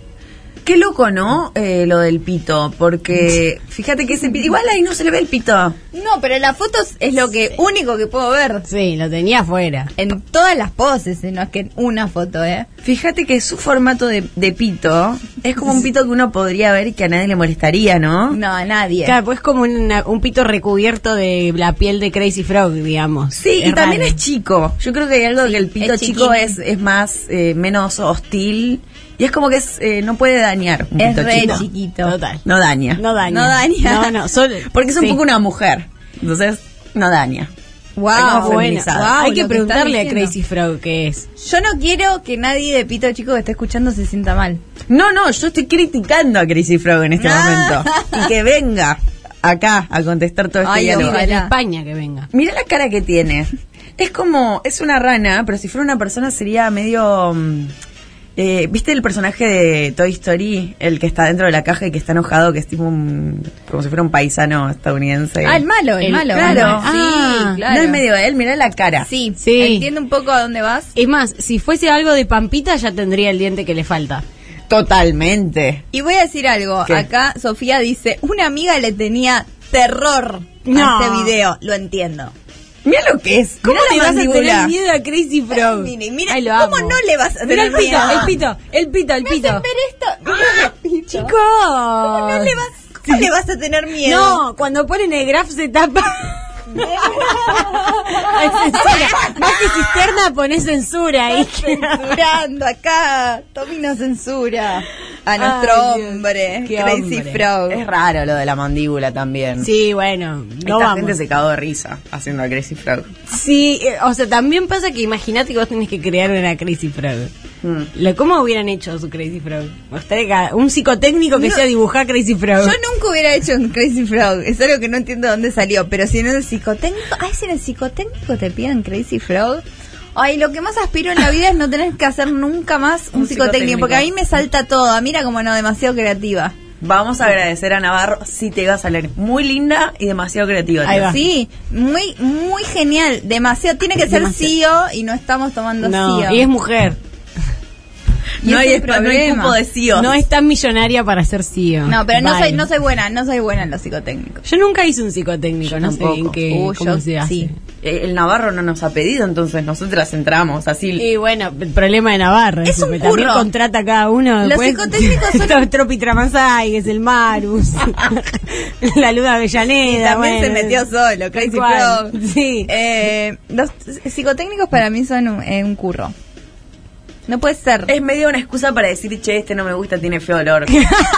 Qué loco, ¿no? Eh, lo del pito. Porque fíjate que ese pito. Igual ahí no se le ve el pito. No, pero las fotos es lo que único que puedo ver. Sí, lo tenía afuera. En todas las poses, eh, no es que en una foto, ¿eh? Fíjate que su formato de, de pito Es como un pito que uno podría ver y que a nadie le molestaría, ¿no? No, a nadie. Claro, pues es como una- un pito recubierto de la piel de Crazy Frog, digamos. Sí, y Es también raro. es chico. Yo creo que hay algo que el pito es chico chiquín. es, es más, eh, menos hostil. Y es como que es, eh, no puede dañar. Un Es pito re chico. chiquito. Total. No daña. No daña. No daña. No, no, solo- Porque es un sí. poco una mujer. Entonces, no daña. Guau, Algo Bueno, feminizado. guau, hay lo que que preguntarle estás a Crazy diciendo. Frog qué es. Yo no quiero que nadie de pito chico que esté escuchando se sienta mal. No, no, yo estoy criticando a Crazy Frog en este Ah. momento. Y que venga acá a contestar todo este Ay, diálogo. ojalá. En España que venga. Mira la cara que tiene. Es como, es una rana, pero si fuera una persona sería medio... mm, eh, ¿Viste el personaje de Toy Story? El que está dentro de la caja y que está enojado, que es tipo un... como si fuera un paisano estadounidense. Ah, el malo, el, El- malo. Claro. Ah, sí, claro. No es medio él, mira la cara. Sí, Sí. Entiendo un poco a dónde vas. Es más, si fuese algo de Pampita ya tendría el diente que le falta. Totalmente. Y voy a decir algo. ¿Qué? Acá Sofía dice, una amiga le tenía terror No. a este video. Lo entiendo. Mira lo que es. ¿Cómo Mirá le la vas a mandíbula. tener miedo a Crazy Frog? Mira, mira, Ay, lo ¿cómo amo. no le vas a Mira tener el pito, miedo? el pito, el pito, el Me pito. hacen ver esto. Mira, Chicos. Chico, ¿cómo no le vas, cómo le vas a tener miedo? No, cuando ponen el graf se tapa. Hay censura. Más que cisterna pones censura ahí. censurando acá. Tommy nos censura a nuestro Ay, Dios, hombre, qué Crazy hombre. Frog. Es raro lo de la mandíbula también. Sí, bueno, no Esta vamos. gente se cagó de risa haciendo a Crazy Frog. Sí, eh, o sea, también pasa que imagínate que vos tenés que crear una Crazy Frog. Hmm. Mm. Lo- ¿Cómo hubieran hecho su Crazy Frog? Me gustaría que a- un psicotécnico que sea dibujar Crazy Frog. Yo nunca hubiera hecho un Crazy Frog. Es algo que no entiendo dónde salió. Pero si en el psicotécnico. Ay, si en el psicotécnico te piden Crazy Frog. Ay, lo que más aspiro en la vida es no tener que hacer nunca más un, psicotécnico, Un psicotécnico. Porque a mí me salta todo. Mira como no, demasiado creativa. Vamos a agradecer a Navarro si te vas a leer. Muy linda y demasiado creativa. Ahí va. Sí, muy muy genial. Demasiado. Tiene que ser CEO y no estamos tomando no, CEO. y es mujer. Y No es hay, un espa- no hay problema. cupo de CEOs. No es tan millonaria para ser CEO. E No, pero no E Bye. soy, no soy buena, no soy buena en los psicotécnicos. Yo nunca hice un psicotécnico, no sé en tampoco. qué Uh, cómo yo se hace. sí. Eh, El Navarro no nos ha pedido, entonces nosotras entramos así. Y bueno, el problema de Navarro. Es eso, un que también curro. contrata cada uno. Los después- psicotécnicos son- Está Tropi Tramasay, que es el Marus. la Luda Avellaneda. También se bueno. metió solo, Crazy Tal cual. Frog. Sí. Eh, los psicotécnicos para mí son un, eh, un curro. No puede ser. Es medio una excusa para decir, che, este no me gusta, tiene feo olor.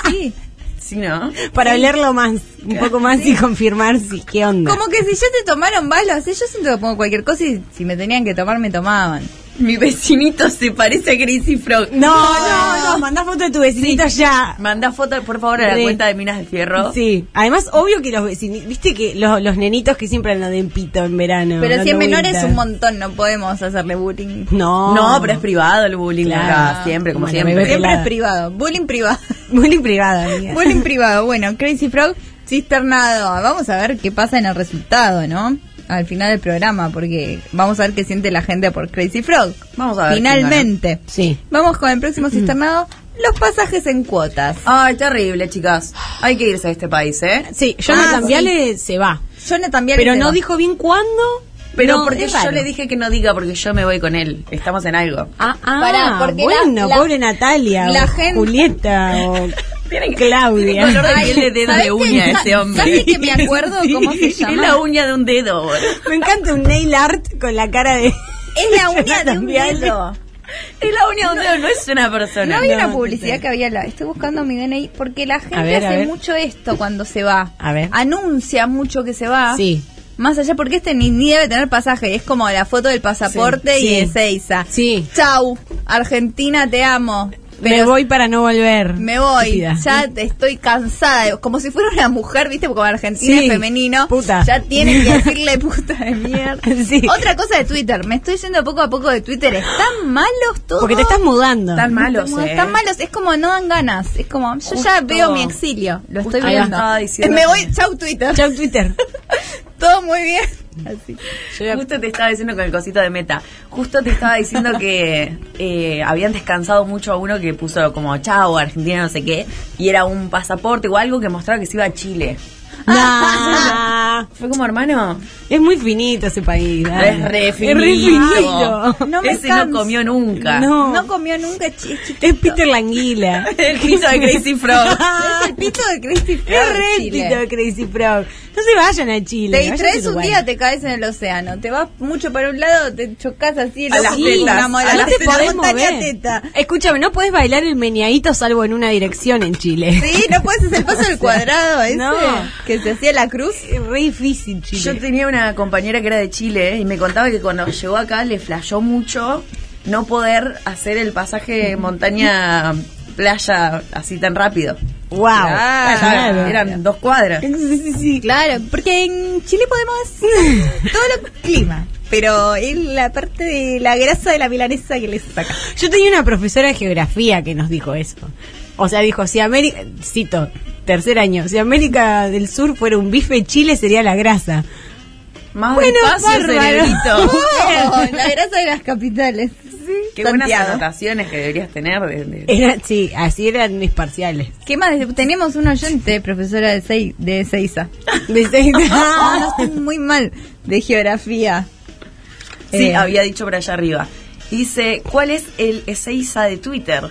Sí. sí, ¿no? Para hablarlo más, un poco más y confirmar si qué onda. Como que si ya te tomaron balas, eh, yo siento que pongo cualquier cosa y si me tenían que tomar, me tomaban. Mi vecinito se parece a Crazy Frog. No, no, no, mandá foto de tu vecinito ya. Manda foto, por favor, a la Sí. cuenta de Minas del Fierro. Sí, además obvio que los vecinos, viste que los, los nenitos que siempre andan en pito en verano. Pero si dando es menor es vueltas. un montón, no podemos hacerle bullying. No, No, pero es privado el bullying Claro. acá, siempre, como Bueno, siempre. bebé Siempre pelada. es privado. Bullying privado. muy privada, amiga. bullying privado. Bueno, Crazy Frog, cisternado. Vamos a ver qué pasa en el resultado, ¿no? Al final del programa, porque vamos a ver qué siente la gente por Crazy Frog. Vamos a ver quién Mm. Finalmente. Sí. Vamos con el próximo cisternado, los pasajes en cuotas. Ay, terrible, chicas. Hay que irse a este país, ¿eh? Sí, Jonathan Ah, Viale se va. Jonathan Viale Pero se no va. dijo bien cuándo. Pero no, porque es yo raro. le dije que no diga, porque yo me voy con él. Estamos en algo. Ah, ah, Pará, porque bueno, la- la- pobre Natalia, la o gente- Julieta, o Tiene que- Claudia. tiene color de Ay, piel de dedo ¿sabés de qué? uña Sa- ese hombre. ¿sabés que me acuerdo cómo se llama? Es la uña de un dedo, boludo. Me encanta un nail art con la cara de. Es la uña de Jonathan un Viale. dedo. Es la uña de un dedo, no es una persona. No había No, una publicidad que había la. Estoy buscando mi DNI porque la gente ver, a hace ver. mucho esto cuando se va. A ver. Anuncia mucho que se va. Sí. Más allá porque este ni, ni debe tener pasaje. Es como la foto del pasaporte Sí, y sí. de Seiza. Sí. Chau, Argentina, te amo. me voy para no volver. Me voy, Estúpida. ya te estoy cansada, como si fuera una mujer, viste, porque como Argentina Sí, es femenino, puta. ya tiene que decirle puta de mierda. Sí. Otra cosa de Twitter, me estoy yendo poco a poco de Twitter, están malos todos. Porque te estás mudando. Tan malos, Como eh. Están malos, es como no dan ganas, es como yo ya Justo. veo mi exilio, lo estoy Ahí va. viendo. Ay, sí, Eh, me no. voy, chau Twitter, Chau, Twitter. todo muy bien. Así. Justo te estaba diciendo con el cosito de meta. Justo te estaba diciendo que eh, habían descansado mucho a uno que puso como chao, Argentina, no sé qué. Y era un pasaporte o algo que mostraba que se iba a Chile. Nah. Fue como hermano. Es muy finito ese país. dale. Es re Es re finito. finito. No me Ese canso. no comió nunca. No. No comió nunca chi- es chiquito. Es Peter Languila. El pito de Crazy Frog. Es el pito de Crazy Frog. Es re Chile. Peter Crazy Frog. No se vayan a Chile. Te vayan a distraes un Uruguay. día, te caes en el océano. Te vas mucho para un lado, te chocas así. A las sí, tetas, una mola. a No las te Ah, te podés podés montar mover. la teta. Escúchame, no podés bailar el meneadito salvo en una dirección en Chile. Sí, no puedes hacer el paso del cuadrado ese No. que se hacía la cruz. Es re difícil Chile. Yo tenía una compañera que era de Chile eh, y me contaba que cuando llegó acá le flashó mucho no poder hacer el eh, pasaje montaña-playa así tan rápido. Wow. Ah, Claro. Eran dos cuadras. Sí, sí, sí, claro, porque en Chile podemos todo el clima, pero es la parte de la grasa de la milanesa que les saca. Yo tenía una profesora de geografía que nos dijo eso. O sea, dijo, si América, cito, tercer año, si América del Sur fuera un bife, Chile sería la grasa. Más Bueno, despacio, bárbaro. cerebrito. Oh, la grasa de las capitales. Qué buenas Santiago. anotaciones que deberías tener. de- de- Era, sí, así eran mis parciales. ¿Qué más? Tenemos un oyente, profesora de, Sei- de Seiza. De seis- Ah, no estoy muy mal de geografía. Sí, Eh, había dicho por allá arriba. Dice, ¿cuál es el Ezeiza de Twitter?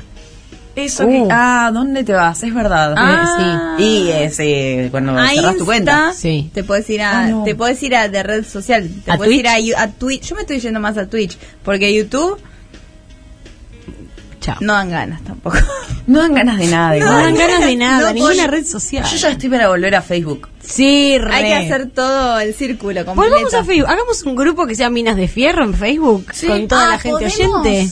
Eso que... Uh. Ah, ¿dónde te vas? Es verdad. Ah. Eh, sí. Y ese, cuando a cerrás Insta, tu cuenta. Sí. Te puedes ir a, Ah, no. te puedes ir a de red social, te ¿A puedes ir a, Twitch? Yu- a Twitch. Yo me estoy yendo más a Twitch porque YouTube Chao. no dan ganas tampoco. No dan ganas de nada. No igual. dan ganas de nada, No, ninguna pues- red social. Yo ya estoy para volver a Facebook. Sí, re. Hay que hacer todo el círculo completo. Volvamos Pues a Facebook, hagamos un grupo que sea Minas de Fierro en Facebook, Sí. con toda Ah, la gente ¿podemos? oyente.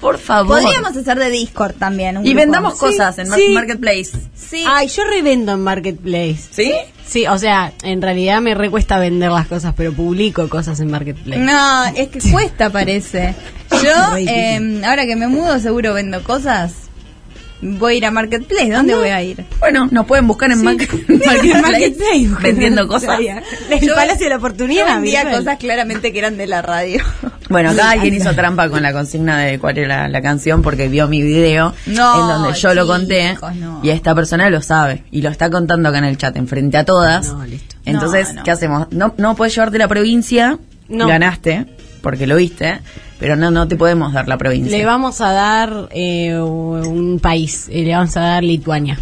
Por Ah, favor. Podríamos hacer de Discord también. un Y grupo. vendamos Sí, cosas en mar- sí. Marketplace. Sí. Ay, yo revendo en Marketplace. ¿Sí? Sí, o sea, en realidad me recuesta vender las cosas, pero publico cosas en Marketplace. No, es que cuesta parece. Yo, Re difícil. eh, ahora que me mudo, seguro vendo cosas. Voy a ir a Marketplace. Ah, ¿Dónde voy a ir? Bueno, nos pueden buscar en Mar- Marketplace vendiendo cosas. El Yo- Palacio de la Oportunidad. Yo vendía virtual. cosas claramente que eran de la radio. Bueno, acá alguien hizo trampa con la consigna de cuál era la canción porque vio mi video No, en donde yo lo conté chicos, no. y esta persona lo sabe y lo está contando acá en el chat enfrente a todas. No, listo. Entonces, No, no. ¿qué hacemos? No, no puedes llevarte la provincia, No. ganaste porque lo viste, pero no, no te podemos dar la provincia. Le vamos a dar eh, un país, eh, le vamos a dar Lituania.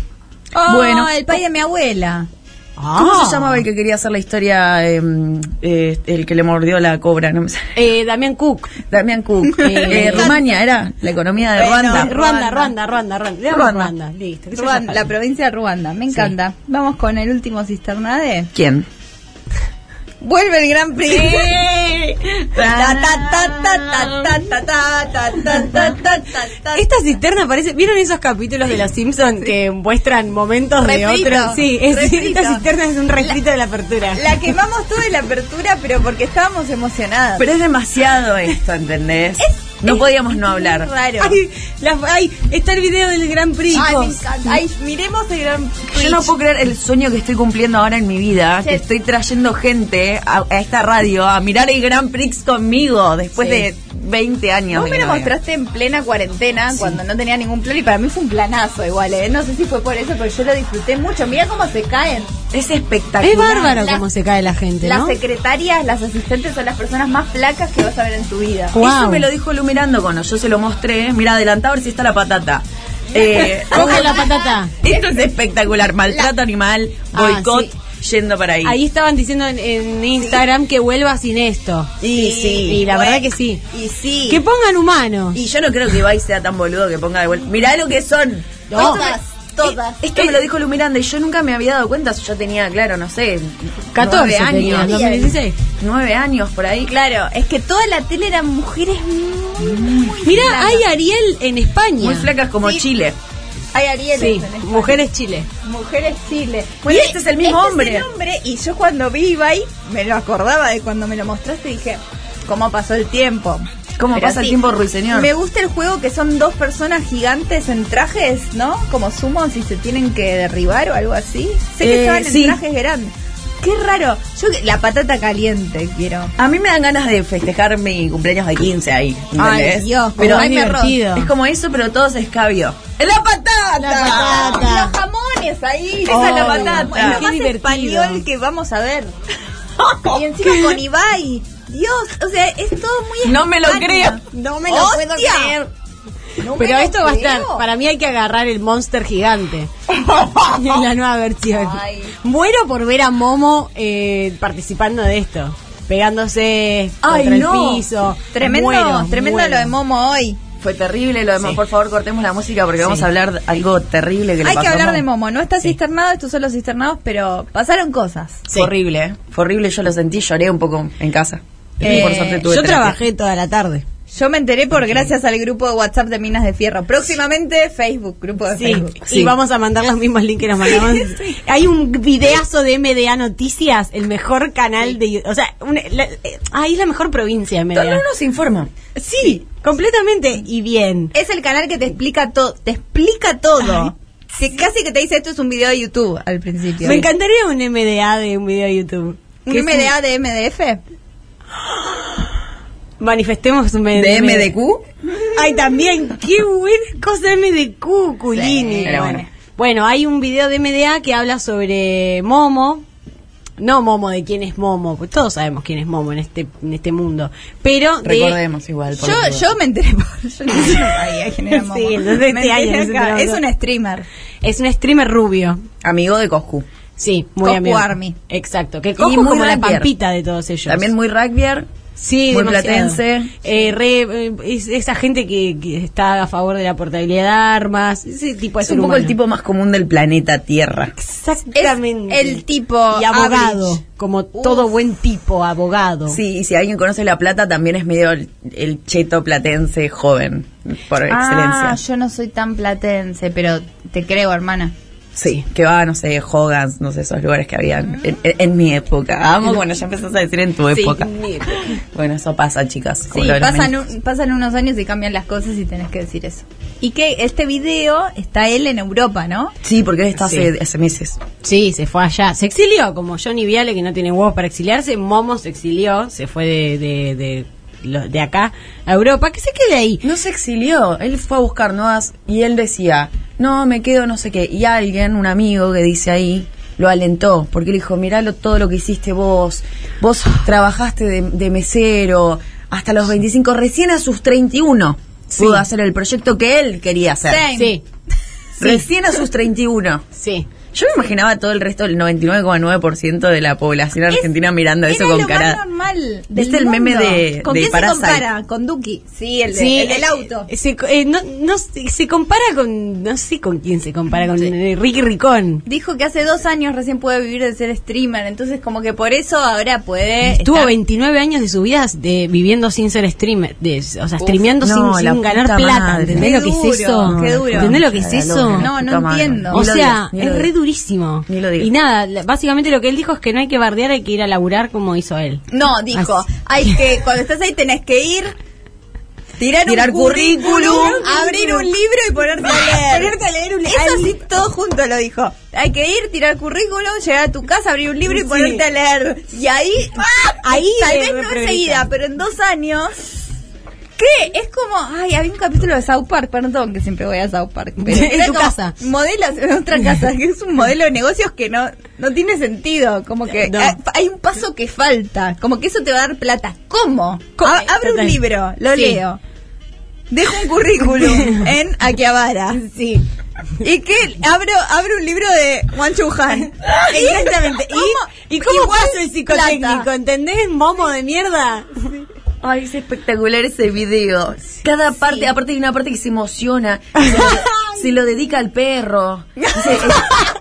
Oh, Bueno. el país de mi abuela. ¿Cómo Ah. se llamaba el que quería hacer la historia, eh, eh, el que le mordió la cobra? No me sale. Eh, Damián Cook. Damián Cook. Eh, Eh, Rumania era la economía de Bueno, Ruanda. Ruanda, Ruanda, Ruanda, Ruanda. Le damos Ruanda. Ruanda. listo. que se Ruan- vaya la para- provincia de Ruanda, me encanta. Vamos con el último cisternade. ¿Quién? Vuelve el Gran Prix. Esta cisterna parece. ¿Vieron esos capítulos de Los Simpsons que muestran momentos Refrito, de otros? Sí, es- refrito. esta cisterna es un refrito de la apertura. La quemamos toda en la apertura, pero porque estábamos emocionadas. Pero es demasiado esto, ¿entendés? no podíamos no hablar. Raro. Ay, la- ay, está el video del Gran Prix. Ay, me chicos. encanta. Ay, miremos el Gran Prix. Yo no puedo creer el sueño que estoy cumpliendo ahora en mi vida, que estoy trayendo gente a, a esta radio a mirar el Grand Prix conmigo después Sí. de 20 años. Vos de me que lo no veo. mostraste en plena cuarentena, cuando no tenía ningún plan, y para mí fue un planazo igual, ¿eh? No sé si fue por eso, pero yo lo disfruté mucho. Mira cómo se caen. Es espectacular. Es bárbaro La- cómo se cae la gente, Las ¿no? secretarias, las asistentes son las personas más flacas que vas a ver en tu vida. Guau. Eso me lo dijo Lu mirando cuando yo se lo mostré. Mira, adelantado a ver si está la patata. Eh, Coge la patata. esto es espectacular. Maltrato animal, Ah, boicot, yendo para ahí. Ahí estaban diciendo en, en Instagram que vuelva sin esto. Y sí. Y la verdad que sí. Y sí. Que pongan humanos. Y yo no creo que Ibai sea tan boludo que ponga de vuelta. Mirá lo que son. No. Todas, todas. Eh, Esto me lo dijo Lu Miranda y yo nunca me había dado cuenta. Yo tenía, claro, no sé, 14 nueve tenía, años. 2016. Nueve años por ahí. Claro, es que toda la tele eran mujeres muy... muy Mirá, flacas. hay Ariel en España. Muy flacas como Sí. Chile. Hay Ariel. Sí, mujeres Chile. Mujeres Chile. Bueno, este es el mismo hombre. el hombre, Y yo cuando vi Ibai, me lo acordaba de cuando me lo mostraste y dije, ¿cómo pasó el tiempo? ¿Cómo Pero pasa el sí. tiempo, Ruiseñor? Me gusta el juego que son dos personas gigantes en trajes, ¿no? Como sumos y se tienen que derribar o algo así. Sé que Eh, estaban en sí. trajes grandes. Qué raro. Yo que- la patata caliente quiero. A mí me dan ganas de festejar mi cumpleaños de 15 ahí. Ay, ¿entendés? Dios, pero como es divertido. Es como eso, pero todo se escabió. ¡La patata! La patata. Los jamones. memes ahí. Esa es la patata. Es lo Qué más divertido. español que vamos a ver. Y encima con Ibai. Dios, o sea, es todo muy No me lo espontáneo. No me lo puedo ¡Hostia! creer. No me Pero lo esto va a estar, creo. para mí hay que agarrar el monster gigante en la nueva versión. Ay. Muero por ver a Momo eh, participando de esto, pegándose Ay, contra no. el piso. Tremendo, Muero, tremendo muero. lo de Momo hoy. Fue terrible lo demás. Sí. Por favor, cortemos la música porque vamos a hablar de algo terrible que le Hay que pasó a hablar de Momo. Momo. No está cisternado, estos son los cisternados, pero pasaron cosas. Sí. Fue horrible, ¿eh? Fue horrible. Yo lo sentí, lloré un poco en casa. Eh, por suerte tuve Yo terapia. trabajé toda la tarde. Yo me enteré por gracias al grupo de WhatsApp de Minas de Fierro. Próximamente Facebook, grupo de Sí, Facebook. y vamos a mandar los mismos links que nos mandamos. Hay un videazo de MDA Noticias, el mejor canal de... O sea, una- la- eh, ahí es la mejor provincia de Todo MDA. uno se informa. Sí, completamente y bien. Es el canal que te explica todo, te explica todo. Que casi que te dice esto es un video de YouTube al principio. Me encantaría un MDA de un video de YouTube. ¿Un Que MDA de MDF? es- manifestemos un MDA. ¿De MDQ? Ay, también, qué buena cosa MDQ, Culini. Sí, era bueno. bueno. Bueno, hay un video de MDA que habla sobre Momo. No Momo de quién es Momo, pues todos sabemos quién es Momo en este en este mundo, pero de- Recordemos igual. por Yo, las dudas. yo me enteré por... Yo no sabía quién era Momo. Sí, entonces Me este año enteré nos acá. enteramos. Es un streamer. es un streamer rubio. Amigo de Coscu. Sí, muy Coscu amigo. Army. Exacto, que Coscu muy como la ranker. pampita de todos ellos. También muy rugby. Sí, Muy demasiado. platense. Eh, re- eh, es- esa gente que, que está a favor de la portabilidad de armas. Ese tipo de Es ser un poco humano. el tipo más común del planeta Tierra. Exactamente. Es el tipo Y abogado. average. Como Uh. todo buen tipo, abogado. Sí, y si alguien conoce La Plata, también es medio el, el cheto platense joven, por excelencia. Ah, yo no soy tan platense, pero te creo, hermana. Sí, que va, no sé, Hogan's, no sé, esos lugares que habían en, en- en mi época. Amo, bueno, ya empezás a decir en tu época. Bueno, eso pasa, chicas. como Sí, lo de los pasan, menis- un- pasan unos años y cambian las cosas y tenés que decir eso. Y que este video está él en Europa, ¿no? Sí, porque él está hace, hace meses. Sí, se fue allá. Se exilió, como Johnny Viale, que no tiene huevos para exiliarse. Momo se exilió, se fue de, de, de, lo- de acá a Europa. Que se quede ahí. No se exilió, él fue a buscar nuevas y él decía, no, me quedo, no sé qué. Y alguien, un amigo que dice ahí, lo alentó, porque le dijo, mirá lo- todo lo que hiciste vos, vos trabajaste de, de mesero hasta los 25, recién a sus 31 pudo hacer el proyecto que él quería hacer. Same. Sí, Recién a sus 31. sí. Yo me imaginaba todo el resto, el 99,9% de la población argentina mirando eso Era con lo cara... más normal del ¿Viste el meme mundo. de- ¿Con de quién Parasite? se compara? Con Duki. Sí, el, de- el del eh, auto. eh, Se, co- eh, no, no sé, se compara con. No sé con quién se compara, con eh, Ricky Ricón. Dijo que hace dos años recién puede vivir de ser streamer, entonces como que por eso ahora puede... Estuvo estar- 29 años de su vida de, viviendo sin ser streamer, de- o sea, streameando sin- no, sin, la puta ganar plata. madre. ¿Entendés Qué lo que duro, es eso? qué duro. ¿Entendés lo que es La eso? No, loca, no puta madre. entiendo. O Ni lo sea, digas, ni lo es re digas. durísimo. Ni lo digas. Y nada, la- básicamente lo que él dijo es que no hay que bardear, hay que ir a laburar como hizo él. No, dijo, Así. hay que, cuando estás ahí tenés que ir, tirar, Tirar un currículum, currículum, abrir un libro y ponerte a leer. Eso sí, todo junto lo dijo. Hay que ir, tirar currículum, llegar a tu casa, abrir un libro y ponerte a leer. Y ahí, Ah, Ahí tal le vez no repriorita. enseguida, pero en dos años... ¿Qué? Es como, ay, había un capítulo de South Park, perdón, que siempre voy a South Park. Pero En era tu como casa. Modelos en otra casa, que es un modelo de negocios que no, no tiene sentido. Como que No. ah, hay un paso que falta. Como que eso te va a dar plata. ¿Cómo? ¿Cómo? Ah, Abro un Total. libro, lo Sí. leo. Dejo un currículum en Akihabara. Sí, ¿Y que Abro, abro un libro de Juan Chuhan. exactamente. ¿Y, y cómo Igual pasa el psicotécnico? plata. ¿Entendés? Momo de mierda. Ay, es espectacular ese video. Cada parte, aparte hay una parte que se emociona, se lo, se lo dedica al perro. Dice, es-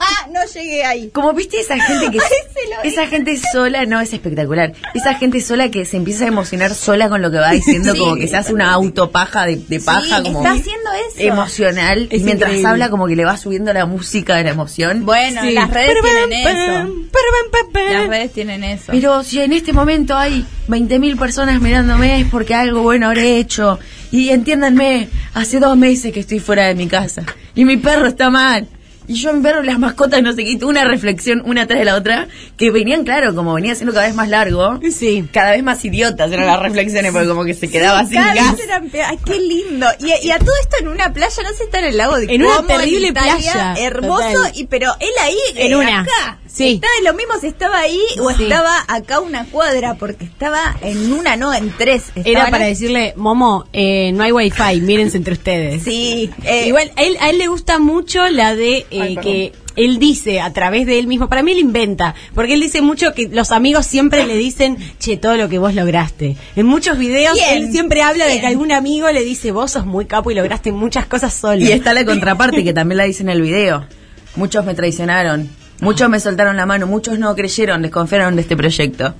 Ah, no llegué ahí. como viste esa gente que Ay, se lo esa gente sola, no es espectacular. Esa gente sola que se empieza a emocionar sola con lo que va diciendo, como que se hace una autopaja de, de paja, Sí, como está haciendo eso. emocional. Es y mientras increíble. habla como que le va subiendo la música de la emoción. Bueno, Sí. las redes Parabam, tienen eso. parabam, parabam, parabam. Las redes tienen eso. Pero si en este momento hay 20.000 personas mirándome es porque algo bueno habré hecho. Y entiéndanme, hace dos meses que estoy fuera de mi casa. Y mi perro está mal. y yo a mi perro, las mascotas, no sé qué, y tuve una reflexión una atrás de la otra, que venían, claro, como venía siendo cada vez más largo, Sí. cada vez más idiotas eran las reflexiones, porque como que se quedaba sin Cada gas. vez eran peor. Ay, qué lindo. Y, y a todo esto en una playa, no sé, está en el lago de En una Como, terrible Italia, playa. Hermoso, Total. y pero él ahí, En eh, una. acá. Sí. Estaba lo mismo si estaba ahí o Sí. estaba acá una cuadra, porque estaba en una, no en tres. Era Estaban- para decirle, Momo, eh, no hay wifi, mírense entre ustedes. Sí. eh, Igual, a él, a él le gusta mucho la de eh, que él dice a través de él mismo, para mí él inventa, porque él dice mucho que los amigos siempre le dicen, che, todo lo que vos lograste. En muchos videos Bien, él siempre habla de bien. que algún amigo le dice, vos sos muy capo y lograste muchas cosas solo. Y está la contraparte que también la dice en el video. Muchos me traicionaron, muchos me soltaron la mano, muchos no creyeron, desconfiaron de este proyecto.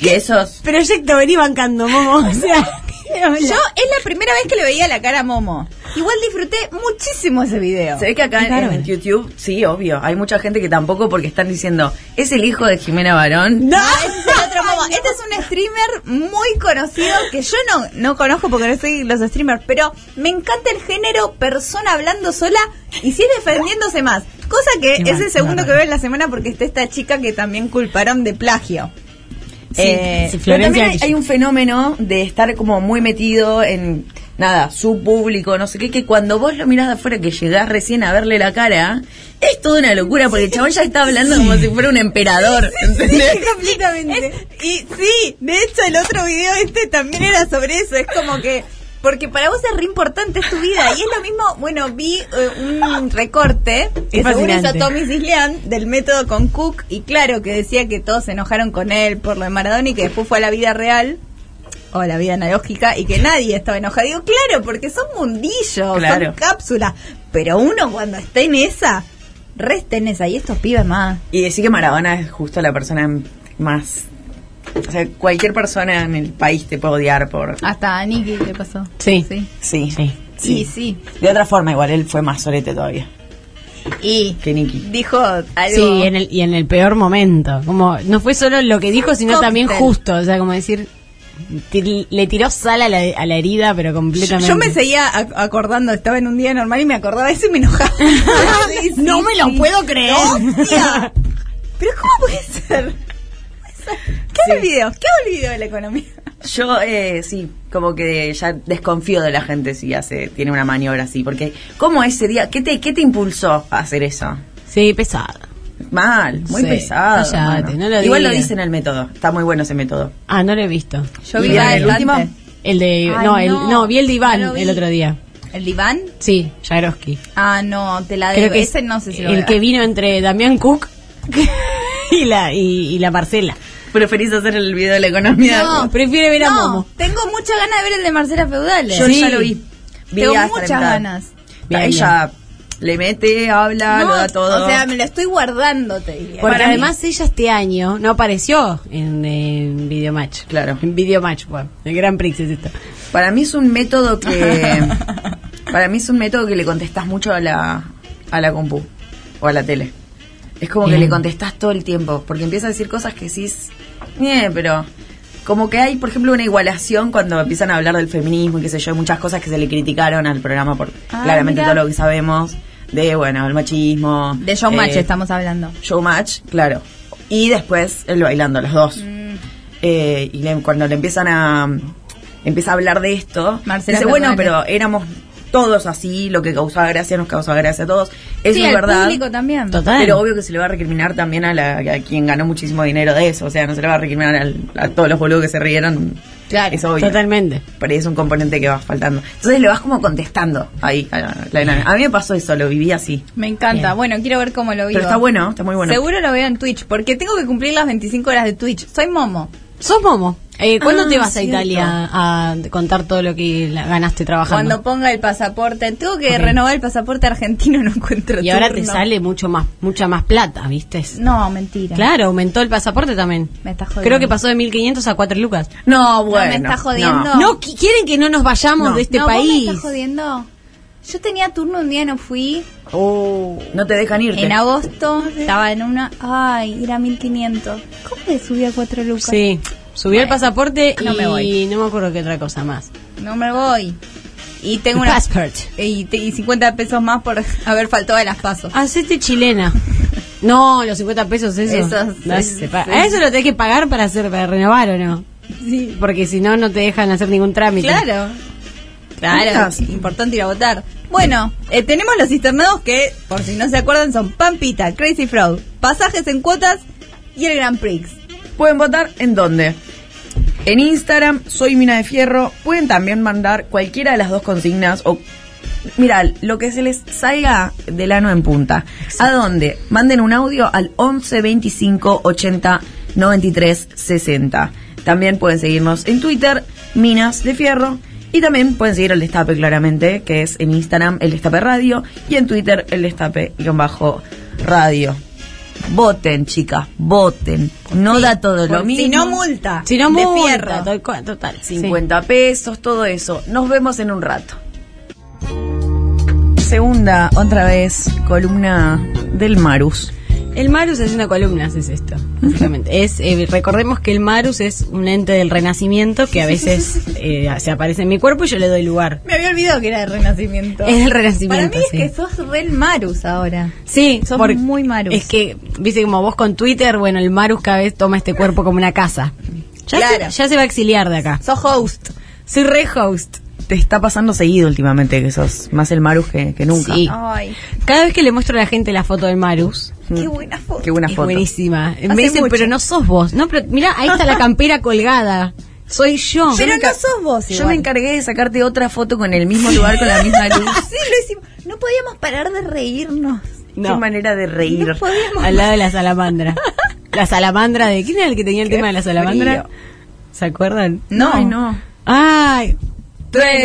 Y esos Proyecto, vení bancando, Momo. O sea, ¿qué habla? Yo es la primera vez que le veía la cara a Momo. Igual disfruté muchísimo ese video. se ve que acá en- Claro. en, YouTube, sí, obvio, hay mucha gente que tampoco porque están diciendo, es el hijo de Jimena Barón. No, ese es el otro Momo. Este es un streamer muy conocido que yo no, no conozco porque no soy los streamers, pero me encanta el género persona hablando sola y sí defendiéndose más. Cosa que Qué es mal, el segundo bárbaro. que veo en la semana porque está esta chica que también culparon de plagio. Sí, Eh, sí, Pero Florencia también hay, Guille. hay un fenómeno de estar como muy metido en nada, su público, no sé qué, que cuando vos lo mirás de afuera, que llegás recién a verle la cara, es toda una locura, porque el chabón ya está hablando como si fuera un emperador. ¿entendés? completamente. y sí, de hecho el otro video este también era sobre eso, es como que porque para vos es re importante es tu vida y es lo mismo, bueno, vi eh, un recorte que Es según hizo fascinante. Tommy Cislean del método con Cook y claro que decía que todos se enojaron con él por lo de Maradona y que después fue a la vida real o a la vida analógica y que nadie estaba enojado. Digo, claro, porque son mundillos, Claro. son cápsulas, pero uno cuando está en esa, re está en esa y estos pibes más. Y decir que Maradona es justo la persona más... O sea, cualquier persona en el país te puede odiar por... Hasta a Nicky le pasó. Sí. Sí, Ah. Sí. Sí, sí. De otra forma, igual él fue más solete todavía Y que Nicky. dijo algo. Sí, en el, y en el peor momento. Como no fue solo lo que dijo, sino también Cóctel. justo. O sea, como decir, ti- le tiró sal a la, a la herida, pero yo, completamente. yo me seguía ac- acordando, estaba en un día normal y me acordaba de eso y me enojaba. Sí, sí, no me lo sí. puedo creer. ¡Hostia! Pero ¿cómo puede ser? ¿Qué hago el video? ¿Qué hago el video de la economía? Yo, eh, sí, como que ya desconfío de la gente si hace tiene una maniobra así. Porque, ¿cómo ese día? ¿Qué te, qué te impulsó a hacer eso? Sí, pesada. Mal, muy Sí, pesado. cállate, hermano. no lo igual lo digas. dice en el método. Está muy bueno ese método. Ah, no lo he visto. Yo vi vi la la del última. antes. El de. Ay, no, el, no, no, vi el de Iván no lo vi. el otro día. ¿El diván? Sí, Jaroski. Ah, no, te la Creo debo. que Ese es no sé si lo El veo. que vino entre Damián Cook y la, y, y la Marcela. ¿Preferís hacer el video de la economía? No, Prefiere ver a No, Momo. tengo mucha ganas de ver el de Marcela Feudales. Yo Sí. ya lo vi. Vi Tengo hasta la muchas mitad. ganas. Bien, ella le mete, habla, No, lo da todo. O sea, me lo estoy guardando, te diría. Porque Para mí. además ella este año no apareció en, en Videomatch. Claro. En Videomatch, bueno, el Gran Prix es esto. Para mí es un método que. para mí es un método que le contestas mucho a la, a la compu o a la tele. Es como que Bien. le contestás todo el tiempo, porque empieza a decir cosas que decís. "Nie", pero. Como que hay, por ejemplo, una igualación cuando empiezan a hablar del feminismo y qué sé yo, hay muchas cosas que se le criticaron al programa por Ah, claramente mira. todo lo que sabemos de, bueno, el machismo. De Showmatch eh, estamos hablando. Showmatch, claro. Y después el bailando, los dos. Mm. Eh, y le- cuando le empiezan a. Empieza a hablar de esto. Marcela dice, bueno, Fernández. pero éramos todos así, lo que causaba gracia nos causaba gracia a todos. Eso sí, es al verdad. público también. Total. Pero obvio que se le va a recriminar también a, la, a quien ganó muchísimo dinero de eso. O sea, no se le va a recriminar al- a todos los boludos que se rieron. Claro, es obvio. Totalmente. Pero es un componente que va faltando. Entonces le vas como contestando ahí a la, la enana. A mí me pasó eso, lo viví así. Me encanta. Bien. Bueno, quiero ver cómo lo vivo. Pero está bueno, está muy bueno. Seguro lo veo en Twitch, porque tengo que cumplir las 25 horas de Twitch. Soy Momo. Sos Momo. Eh, ¿Cuándo Ah, te vas a cierto. Italia a contar todo lo que la- ganaste Cuando trabajando? ponga el pasaporte, tengo que Ok. renovar el pasaporte argentino, no encuentro y ahora te turno. sale mucho más, mucha más plata, ¿viste? Es- No, mentira. Claro, aumentó el pasaporte también. Me está jodiendo. Creo que pasó de 1.500 a 4 lucas. No, me Oh, bueno. está jodiendo. No, qui- quieren que no nos vayamos No. de este No, vos me país. estás jodiendo. Yo tenía turno un día, no fui. Oh, no te dejan irte. En agosto estaba en una. Ay, era 1500. ¿Cómo te subí a 4 lucas? Sí, subió el pasaporte no me y voy. no me acuerdo qué otra cosa más. No me voy. Y tengo una. Passport. Y, te- y 50 pesos más por haber faltado a las pasos. Hacete Ah, este chilena. No, los 50 pesos eso. Eso, No sí, se paga. sí. ¿A Eso lo tenés que pagar para hacer para renovar o no. Sí. Porque si no, no te dejan hacer ningún trámite. Claro. Claro, Muchas. es importante ir a votar. Bueno, eh, tenemos los internados que, por si no se acuerdan, son Pampita, Crazy Frog, Pasajes en Cuotas y el Grand Prix. Pueden votar en dónde. En Instagram, soy Mina de Fierro. Pueden también mandar cualquiera de las dos consignas o. Mira, lo que se les salga del ano en punta. ¿A dónde? Manden un audio al 11 25 80 93 60. También pueden seguirnos en Twitter, Minas de Fierro. Y también pueden seguir el Destape, claramente, que es en Instagram, el Destape Radio. Y en Twitter, el Destape-radio. Voten, chicas, voten. No da todo lo mismo. Si no, multa. Si no, de multa, fierro. to- co- total. sí. 50 pesos, todo eso. Nos vemos en un rato. Segunda, otra vez, columna del Marus. El Marus haciendo columnas es esto, básicamente. es, eh, recordemos que el Marus es un ente del renacimiento que a veces eh, se aparece en mi cuerpo y yo le doy lugar. Me había olvidado que era el Renacimiento. Es el Renacimiento, Para mí sí. es que sos re el Marus ahora. Sí, Sos por- muy Marus. Es que, viste, como vos con Twitter, bueno, el Marus cada vez toma este cuerpo como una casa. Ya, Claro. se, ya se va a exiliar de acá. Sos host. Soy re host. Te está pasando seguido últimamente que sos más el Marus que, que nunca. Sí. Ay, Cada vez que le muestro a la gente la foto del Marus, qué buena foto. Mm. Qué buena es foto. buenísima. Hace Me dicen, mucho. pero no sos vos. No, pero mirá, ahí está la campera colgada. Soy yo. Pero no sos vos Yo igual. me encargué de sacarte otra foto con el mismo lugar, con la misma luz. Sí, lo hicimos. No podíamos parar de reírnos. Qué No. manera de reír. No podíamos. Al lado de la salamandra. La salamandra de. ¿Quién era el que tenía el tema de la salamandra? frío. ¿Se acuerdan? No. Ay, no. ¡Ay! Ay,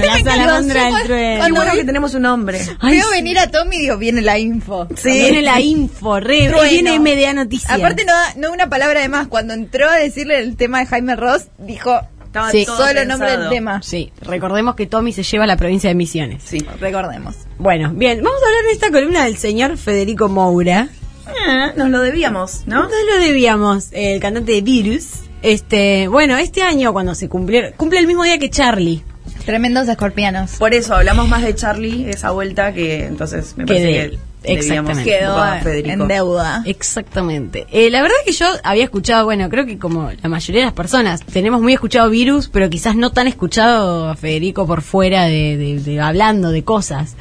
La me encantó, salamandra supo- del trueno. Qué Cuando bueno vi- que tenemos un hombre. Ay, Veo sí. venir a Tommy y digo, viene la info. Cuando Viene la info, re, Trueno. viene MDA Noticias. Aparte no, da- no una palabra de más. Cuando entró a decirle el tema de Jaime Ross, dijo Estaba Sí. todo solo pensado. nombre del tema. Sí, recordemos que Tommy se lleva a la provincia de Misiones. Sí. Recordemos. Bueno, bien, vamos a hablar de esta columna del señor Federico Moura. Eh, nos lo debíamos, ¿no? No lo debíamos, el cantante de Virus. Este, bueno, este año cuando se cumplió, cumple el mismo día que Charlie. Tremendos escorpianos. Por eso hablamos más de Charlie esa vuelta que entonces me Que parece de- que debíamos exactamente. un Quedó poco más a Federico. en deuda. Exactamente. Eh, la verdad que yo había escuchado, bueno, creo que como la mayoría de las personas, tenemos muy escuchado Virus, pero quizás no tan escuchado a Federico por fuera de, de- de- hablando de cosas.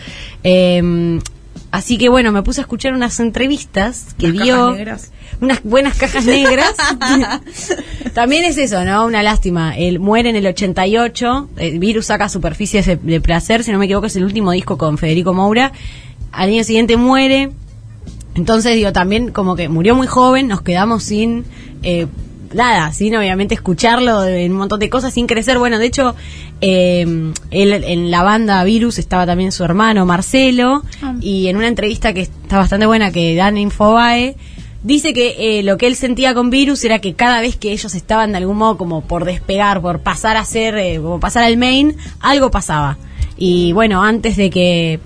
Eh, así que bueno, me puse a escuchar unas entrevistas que Unas dio. cajas negras. Unas buenas cajas negras. También es eso, ¿no? Una lástima. Él muere en el 88. El virus saca Superficies de, de Placer, si no me equivoco, es el último disco con Federico Moura. Al año siguiente muere. Entonces, digo, también como que murió muy joven, nos quedamos sin eh, nada, sin obviamente escucharlo de- en un montón de cosas, sin crecer. Bueno, de hecho, eh, él, en la banda Virus estaba también su hermano Marcelo, y en una entrevista que está bastante buena que dan en Infobae, dice que eh, lo que él sentía con Virus era que cada vez que ellos estaban de algún modo como por despegar, por pasar a ser, eh, como pasar al main, algo pasaba. Y bueno, antes de que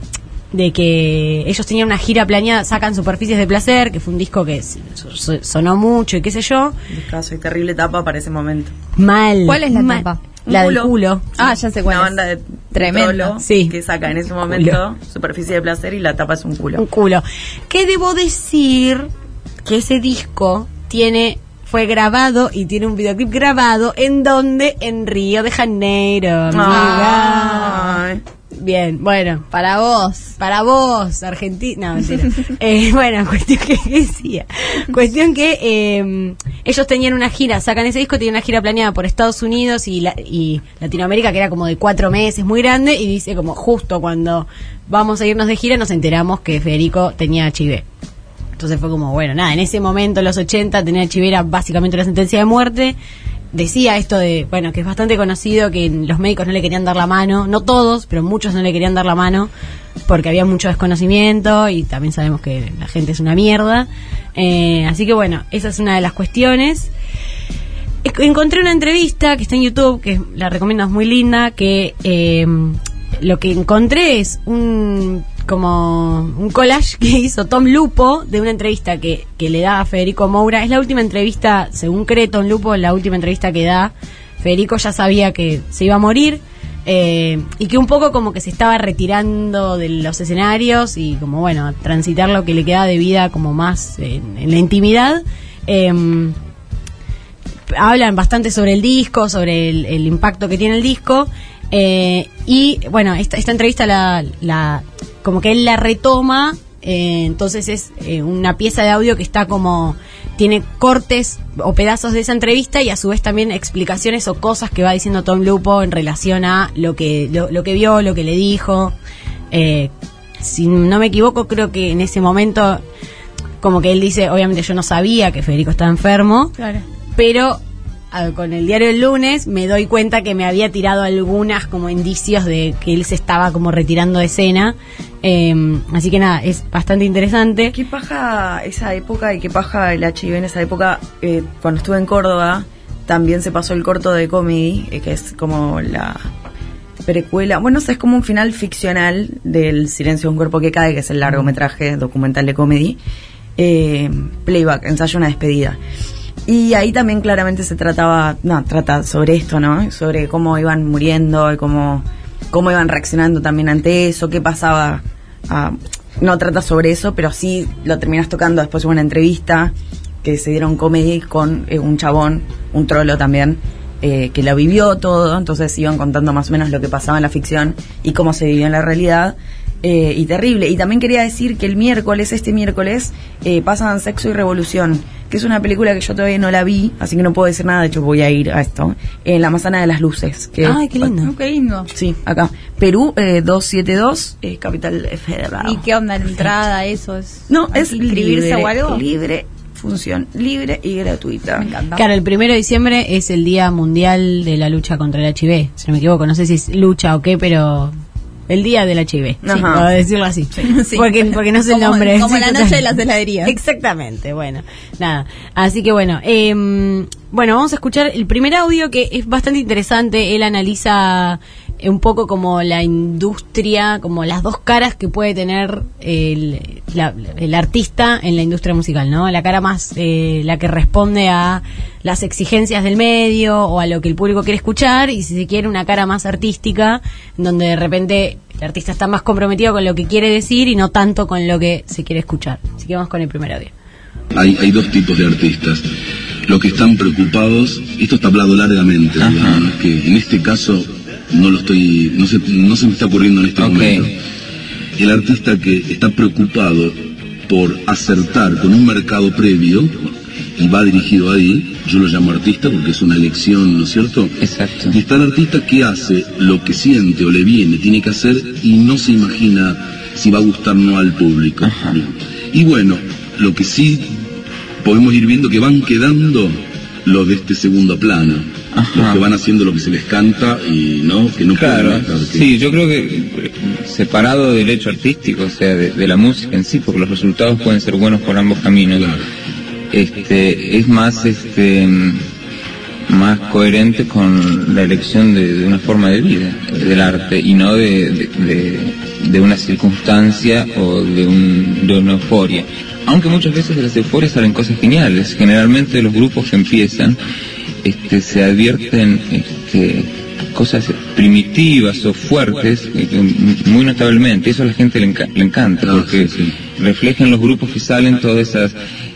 de que ellos tenían una gira planeada, sacan Superficies de Placer, que fue un disco que s- so- sonó mucho y qué sé yo. Discaso y terrible etapa para ese momento. Mal. ¿Cuál es la Mal. etapa? La del culo. Ah, ya sé cuál Una es. banda de Tremendo. trolo Sí. que saca en ese momento superficie de placer y la tapa es un Un culo. culo. ¿Qué debo decir? Que ese disco tiene fue grabado y tiene un videoclip grabado en donde en Río de Janeiro. amiga. Ay. Bien, bueno, Para vos. Para vos, Argentina. No, mentira. Eh, bueno, cuestión que que decía. Cuestión que eh, ellos tenían una gira, sacan ese disco, tenían una gira planeada por Estados Unidos y, la- y Latinoamérica, que era como de cuatro meses, muy grande, y dice como justo cuando vamos a irnos de gira nos enteramos que Federico tenía HIV. Entonces fue como, bueno, nada, en ese momento, en los 80, tener chivera básicamente una sentencia de muerte. Decía esto de, bueno, que es bastante conocido que los médicos no le querían dar la mano, no todos, pero muchos no le querían dar la mano porque había mucho desconocimiento y también sabemos que la gente es una mierda. Eh, así que bueno, esa es una de las cuestiones. Ec- Encontré una entrevista que está en YouTube, que la recomiendo, es muy linda, que eh, lo que encontré es un como un collage que hizo Tom Lupo de una entrevista que, que le da a Federico Moura. Es la última entrevista, según cree Tom Lupo, la última entrevista que da. Federico ya sabía que se iba a morir. Eh, y que un poco como que se estaba retirando de los escenarios y como bueno, a transitar lo que le queda de vida como más en, en la intimidad. Em, hablan bastante sobre el disco, sobre el, el impacto que tiene el disco. eh, y bueno, esta, esta entrevista la, la- como que él la retoma, eh, entonces es eh, una pieza de audio que está como, tiene cortes o pedazos de esa entrevista y a su vez también explicaciones o cosas que va diciendo Tom Lupo en relación a lo que, lo, lo que vio, lo que le dijo. Eh, si no me equivoco, creo que en ese momento, como que él dice, obviamente yo no sabía que Federico estaba enfermo Claro. pero ah, con el diario del lunes me doy cuenta que me había tirado algunas como indicios de que él se estaba como retirando de escena. Eh, así que nada, es bastante interesante. Qué paja esa época y qué paja el HIV en esa época. eh, cuando estuve en Córdoba, también se pasó el corto de comedy, eh, que es como la precuela. Bueno, es como un final ficcional del Silencio de un cuerpo que cae, que es el largometraje documental de comedy. Eh, playback, ensayo una despedida. Y ahí también claramente se trataba, no, trata sobre esto, ¿no? Sobre cómo iban muriendo y cómo, cómo iban reaccionando también ante eso, qué pasaba. ah, no trata sobre eso, pero sí lo terminas tocando después hubo una entrevista que se dieron comedy con eh, un chabón, un trolo también, eh, que lo vivió todo, entonces iban contando más o menos lo que pasaba en la ficción y cómo se vivió en la realidad. eh, y terrible. Y también quería decir que el miércoles, este miércoles, eh, pasan Sexo y Revolución, que es una película que yo todavía no la vi, así que no puedo decir nada, de hecho voy a ir a esto, en La Manzana de las Luces. Que Ay, qué lindo. Oh, qué lindo. Sí, acá. Perú eh, 272, eh, Capital Federal. ¿Y qué onda la entrada? Eso es. No, ¿hay es que inscribirse libre, o algo. Libre, función libre y gratuita. Me encanta. Claro, el primero de diciembre es el Día Mundial de la Lucha contra el HIV, si no me equivoco, no sé si es lucha o qué, pero el Día del HIV, sí, Ajá. para decirlo así, Sí. porque, porque no sé el Como- nombre. como Sí, la total. noche de las heladerías. Exactamente, bueno, nada, así que bueno, em, bueno, vamos a escuchar el primer audio que es bastante interesante, él analiza eh, un poco como la industria, como las dos caras que puede tener el, la- el artista en la industria musical, ¿no? La cara más, eh, la que responde a las exigencias del medio o a lo que el público quiere escuchar y si se quiere una cara más artística, en donde de repente el artista está más comprometido con lo que quiere decir y no tanto con lo que se quiere escuchar. Así que vamos con el primer audio. Hay, hay dos tipos de artistas. Los que están preocupados, esto está hablado largamente, digamos, ¿no? que en este caso no lo estoy, no se, no se me está ocurriendo en este Ok. momento. El artista que está preocupado por acertar con un mercado previo y va dirigido ahí, yo lo llamo artista porque es una elección, ¿no es cierto? Exacto. Y está el artista que hace lo que siente o le viene, tiene que hacer y no se imagina si va a gustar o no al público. Ajá. Y bueno, lo que sí podemos ir viendo que van quedando los de este segundo plano, Ajá. los que van haciendo lo que se les canta y no, que no Claro, pueden matar, que- sí, yo creo que eh, separado del hecho artístico, o sea, de, de la música en sí, porque los resultados pueden ser buenos por ambos caminos. Claro. Este, es más, este, mm, más coherente con la elección de, de una forma de vida, eh, del arte, y no de, de, de- de una circunstancia o de, un- de una euforia. Aunque muchas veces de las euforias salen cosas geniales, generalmente los grupos que empiezan este, se advierten este, cosas primitivas o fuertes eh, m- muy notablemente. Eso a la gente le, enca- le encanta Ah, porque sí, sí. reflejan los grupos que salen todas esas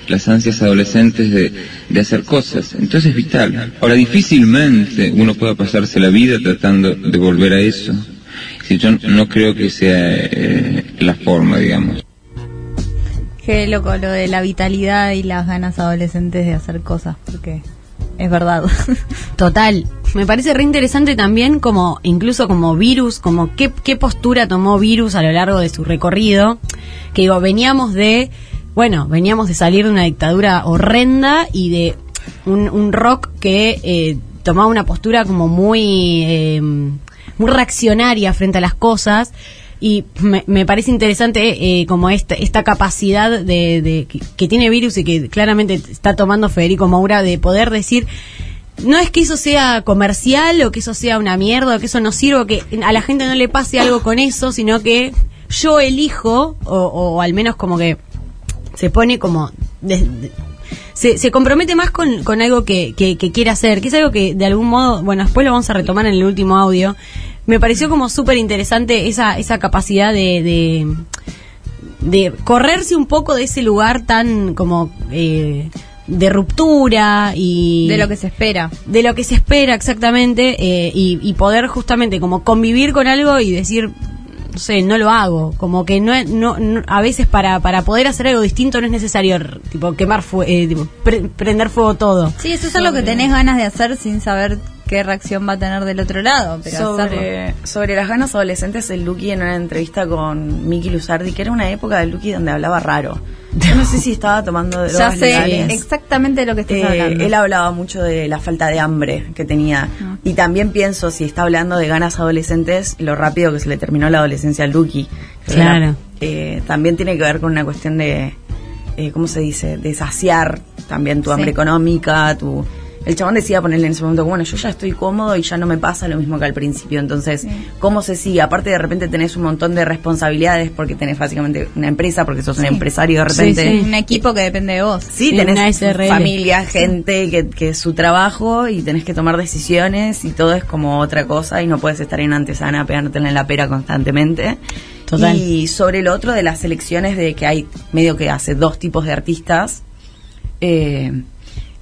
las ansias adolescentes de, de hacer cosas. Entonces es vital. Ahora difícilmente uno pueda pasarse la vida tratando de volver a eso. Si yo no creo que sea eh, la forma, digamos. Qué loco lo de la vitalidad y las ganas adolescentes de hacer cosas, porque es verdad. Total. Me parece re interesante también como, incluso como Virus, como qué, qué postura tomó Virus a lo largo de su recorrido. Que digo, veníamos de, bueno, veníamos de salir de una dictadura horrenda y de un, un rock que eh, tomaba una postura como muy, eh, muy reaccionaria frente a las cosas. Y me, me parece interesante eh, como esta, esta capacidad de, de- que, que tiene Virus y que claramente está tomando Federico Moura de poder decir no es que eso sea comercial o que eso sea una mierda o que eso no sirva, o que a la gente no le pase algo con eso, sino que yo elijo, o, o al menos como que se pone como... des- de- se, se compromete más con, con algo que, que, que quiere hacer, que es algo que de algún modo, bueno, después lo vamos a retomar en el último audio, me pareció como súper interesante esa, esa capacidad de, de, de correrse un poco de ese lugar tan como eh, de ruptura y... De lo que se espera. de lo que se espera exactamente eh, y, y poder justamente como convivir con algo y decir no sé no lo hago como que no, es- no, no- a veces para para poder hacer algo distinto no es necesario r- tipo quemar fue- eh, tipo, pre- prender fuego todo Sí, eso es algo que tenés ganas de hacer sin saber qué reacción va a tener del otro lado. Pero hacerlo. sobre, sobre las ganas adolescentes, el Lucky en una entrevista con Miki Luzardi, que era una época del Lucky donde hablaba raro. Yo no sé si estaba tomando drogas Ya sé legales. exactamente lo que estás Eh, hablando. Ah. él hablaba mucho de la falta de hambre que tenía. Y también pienso, si está hablando de ganas adolescentes, lo rápido que se le terminó la adolescencia a Lucky. Claro. Eh, también tiene que ver con una cuestión de, eh, ¿cómo se dice? De saciar también tu hambre Sí. económica, tu... El chabón decía ponerle en ese momento, bueno, yo ya estoy cómodo y ya no me pasa lo mismo que al principio. Entonces, ¿cómo se sigue? Aparte, de repente tenés un montón de responsabilidades porque tenés básicamente una empresa, porque sos un empresario de repente. sí. Un equipo que depende de vos. Sí, En una tenés SRL. familia, gente, que, que es su trabajo y tenés que tomar decisiones y todo es como otra cosa y no puedes estar en antesana pegándote en la pera constantemente. Total. Y sobre lo otro de las elecciones de que hay medio que hace dos tipos de artistas. eh,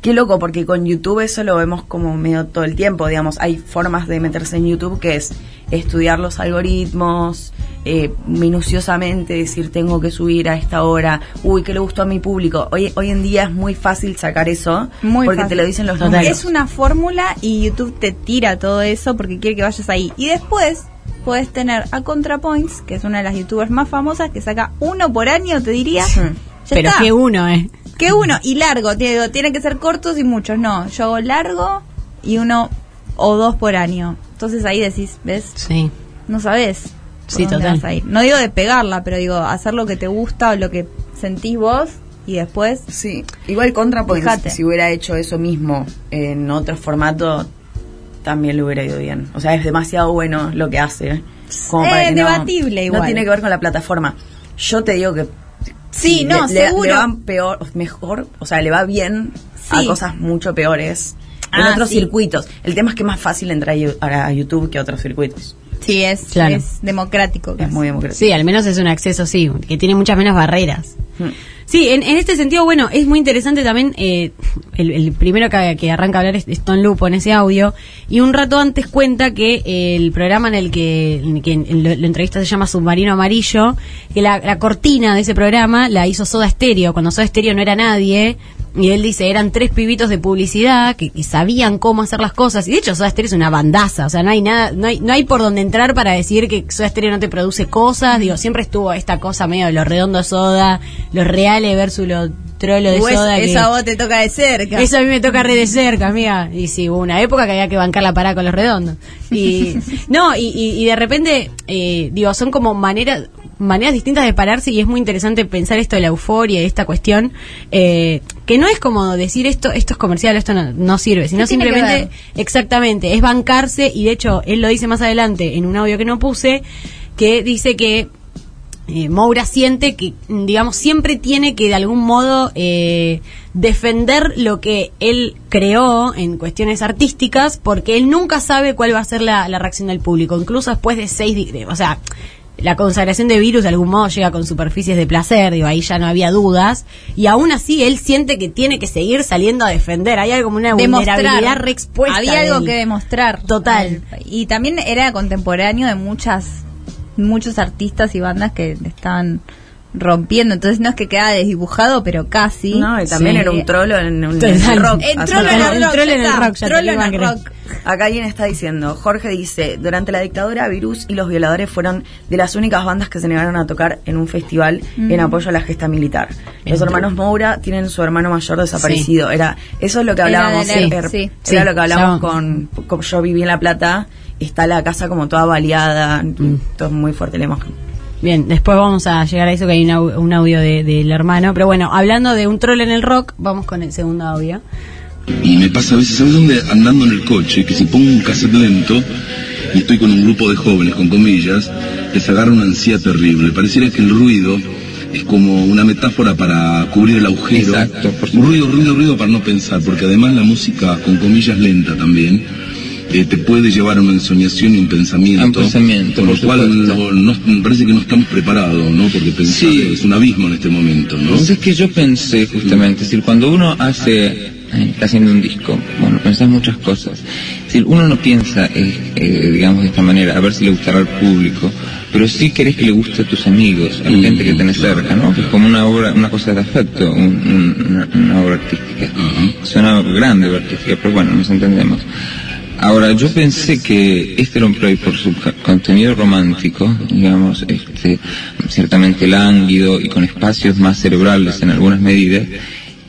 qué loco, porque con YouTube eso lo vemos como medio todo el tiempo, digamos. Hay formas de meterse en YouTube que es estudiar los algoritmos, eh, minuciosamente decir tengo que subir a esta hora, uy, que le gustó a mi público. Hoy, hoy en día es muy fácil sacar eso, Muy porque fácil. te lo dicen los Total. números. Es una fórmula y YouTube te tira todo eso porque quiere que vayas ahí. Y después puedes tener a ContraPoints, que es una de las youtubers más famosas, que saca uno por año, te diría. Sí. Ya pero está. que uno eh Que uno, y largo, te digo, tiene que ser cortos y muchos. No, yo hago largo y uno o dos por año. Entonces ahí decís, ¿ves? sí No sabes. por Sí, dónde total. vas a ir. No digo de pegarla, pero digo hacer lo que te gusta o lo que sentís vos y después. Sí, igual ContraPoints, Fíjate. si hubiera hecho eso mismo en otro formato, también le hubiera ido bien. O sea, es demasiado bueno lo que hace. Como Eh, para que no- debatible igual. No tiene que ver con la plataforma. Yo te digo que... Sí, le- no, le, le seguro. van peor, mejor, o sea, le va bien Sí. a cosas mucho peores en Ah, otros sí. circuitos. El tema es que es más fácil entrar a Yu- a YouTube que a otros circuitos. Sí, es, Claro. es democrático. Es casi. muy democrático. sí al menos es un acceso sí que tiene muchas menos barreras Mm. Sí, en, en este sentido, bueno, es muy interesante también, eh, el, el primero que, que arranca a hablar es Stone Lupo en ese audio, y un rato antes cuenta que eh, el programa en el que, en el que en- lo, lo entrevista se llama Submarino Amarillo, que la, la cortina de ese programa la hizo Soda Stereo, cuando Soda Stereo no era nadie, y él dice, eran tres pibitos de publicidad que, que sabían cómo hacer las cosas, y de hecho Soda Stereo es una bandaza, o sea, no hay nada, no hay, no hay por dónde entrar para decir que Soda Stereo no te produce cosas, digo, siempre estuvo esta cosa medio de lo redondo de Soda, lo reales versus lo trolo de O Pues es- Soda. que- eso a vos te toca de cerca. eso a mí me toca re de cerca, amiga. Y sí, hubo una época que había que bancar la parada con los redondos. Y no, y, y- y de repente, eh, digo, son como maneras maneras distintas de pararse y es muy interesante pensar esto de la euforia y esta cuestión eh, que no es como decir esto esto es comercial esto no, no sirve sino tiene que simplemente ver? Exactamente, es bancarse y de hecho él lo dice más adelante en un audio que no puse, que dice que eh, Moura siente que, mm, digamos, siempre tiene que de algún modo eh, defender lo que él creó en cuestiones artísticas porque él nunca sabe cuál va a ser la, la reacción del público, incluso después de seis, di- de- o sea... La consagración de virus de algún modo llega con superficies de placer, digo, ahí ya no había dudas. Y aún así él siente que tiene que seguir saliendo a defender. Hay algo como una vulnerabilidad demostrar. re expuesta Había de algo él. que demostrar. Total. Al- Y también era contemporáneo de muchas muchos artistas y bandas que estaban rompiendo. Entonces no es que quedaba desdibujado, pero casi. No, y también Sí. era un trolo en un Total. en el rock. Entró haciendo- en el rock. Entró en el ya está. rock, ya te Entró lo en iba a el creer. rock. Acá alguien está diciendo, Jorge dice, durante la dictadura Virus y los violadores fueron de las únicas bandas que se negaron a tocar en un festival Mm. en apoyo a la gesta militar. Los hermanos Moura tienen su hermano mayor desaparecido. Era eso es lo que Era hablábamos, de la- er- sí, er- sí. era Sí, lo que hablamos ya- con, con- yo viví en La Plata, está la casa como toda baleada, Mm. todo muy fuerte la imagen. Bien, después vamos a llegar a eso que hay un, au- un audio de- del hermano. Pero bueno, hablando de un troll en el rock, vamos con el segundo audio. Y me pasa a veces, ¿sabes dónde? Andando en el coche, que si pongo un cassette lento y estoy con un grupo de jóvenes, con comillas, les agarra una ansiedad terrible. Pareciera que el ruido es como una metáfora para cubrir el agujero. Exacto, por supuesto. ruido, ruido, ruido para no pensar, porque además la música, con comillas, lenta también, eh, te puede llevar a una ensoñación y un pensamiento. A un pensamiento, Con lo por cual supuesto. no- no- me parece que no estamos preparados, ¿no? Porque pensar Sí. es un abismo en este momento, ¿no? Entonces es que yo pensé justamente, es decir, cuando uno hace, eh, está haciendo un disco, bueno, pensás muchas cosas. Es decir, uno no piensa, eh, eh, digamos, de esta manera, a ver si le gustará al público, pero sí querés que le guste a tus amigos, a la gente que tenés cerca, ¿no? Que es como una obra, una cosa de afecto, un- un- una, una obra artística. Suena grande obra artística, pero bueno, nos entendemos. Ahora, yo pensé que este era un play por su ca- contenido romántico, digamos, este, ciertamente lánguido y con espacios más cerebrales en algunas medidas,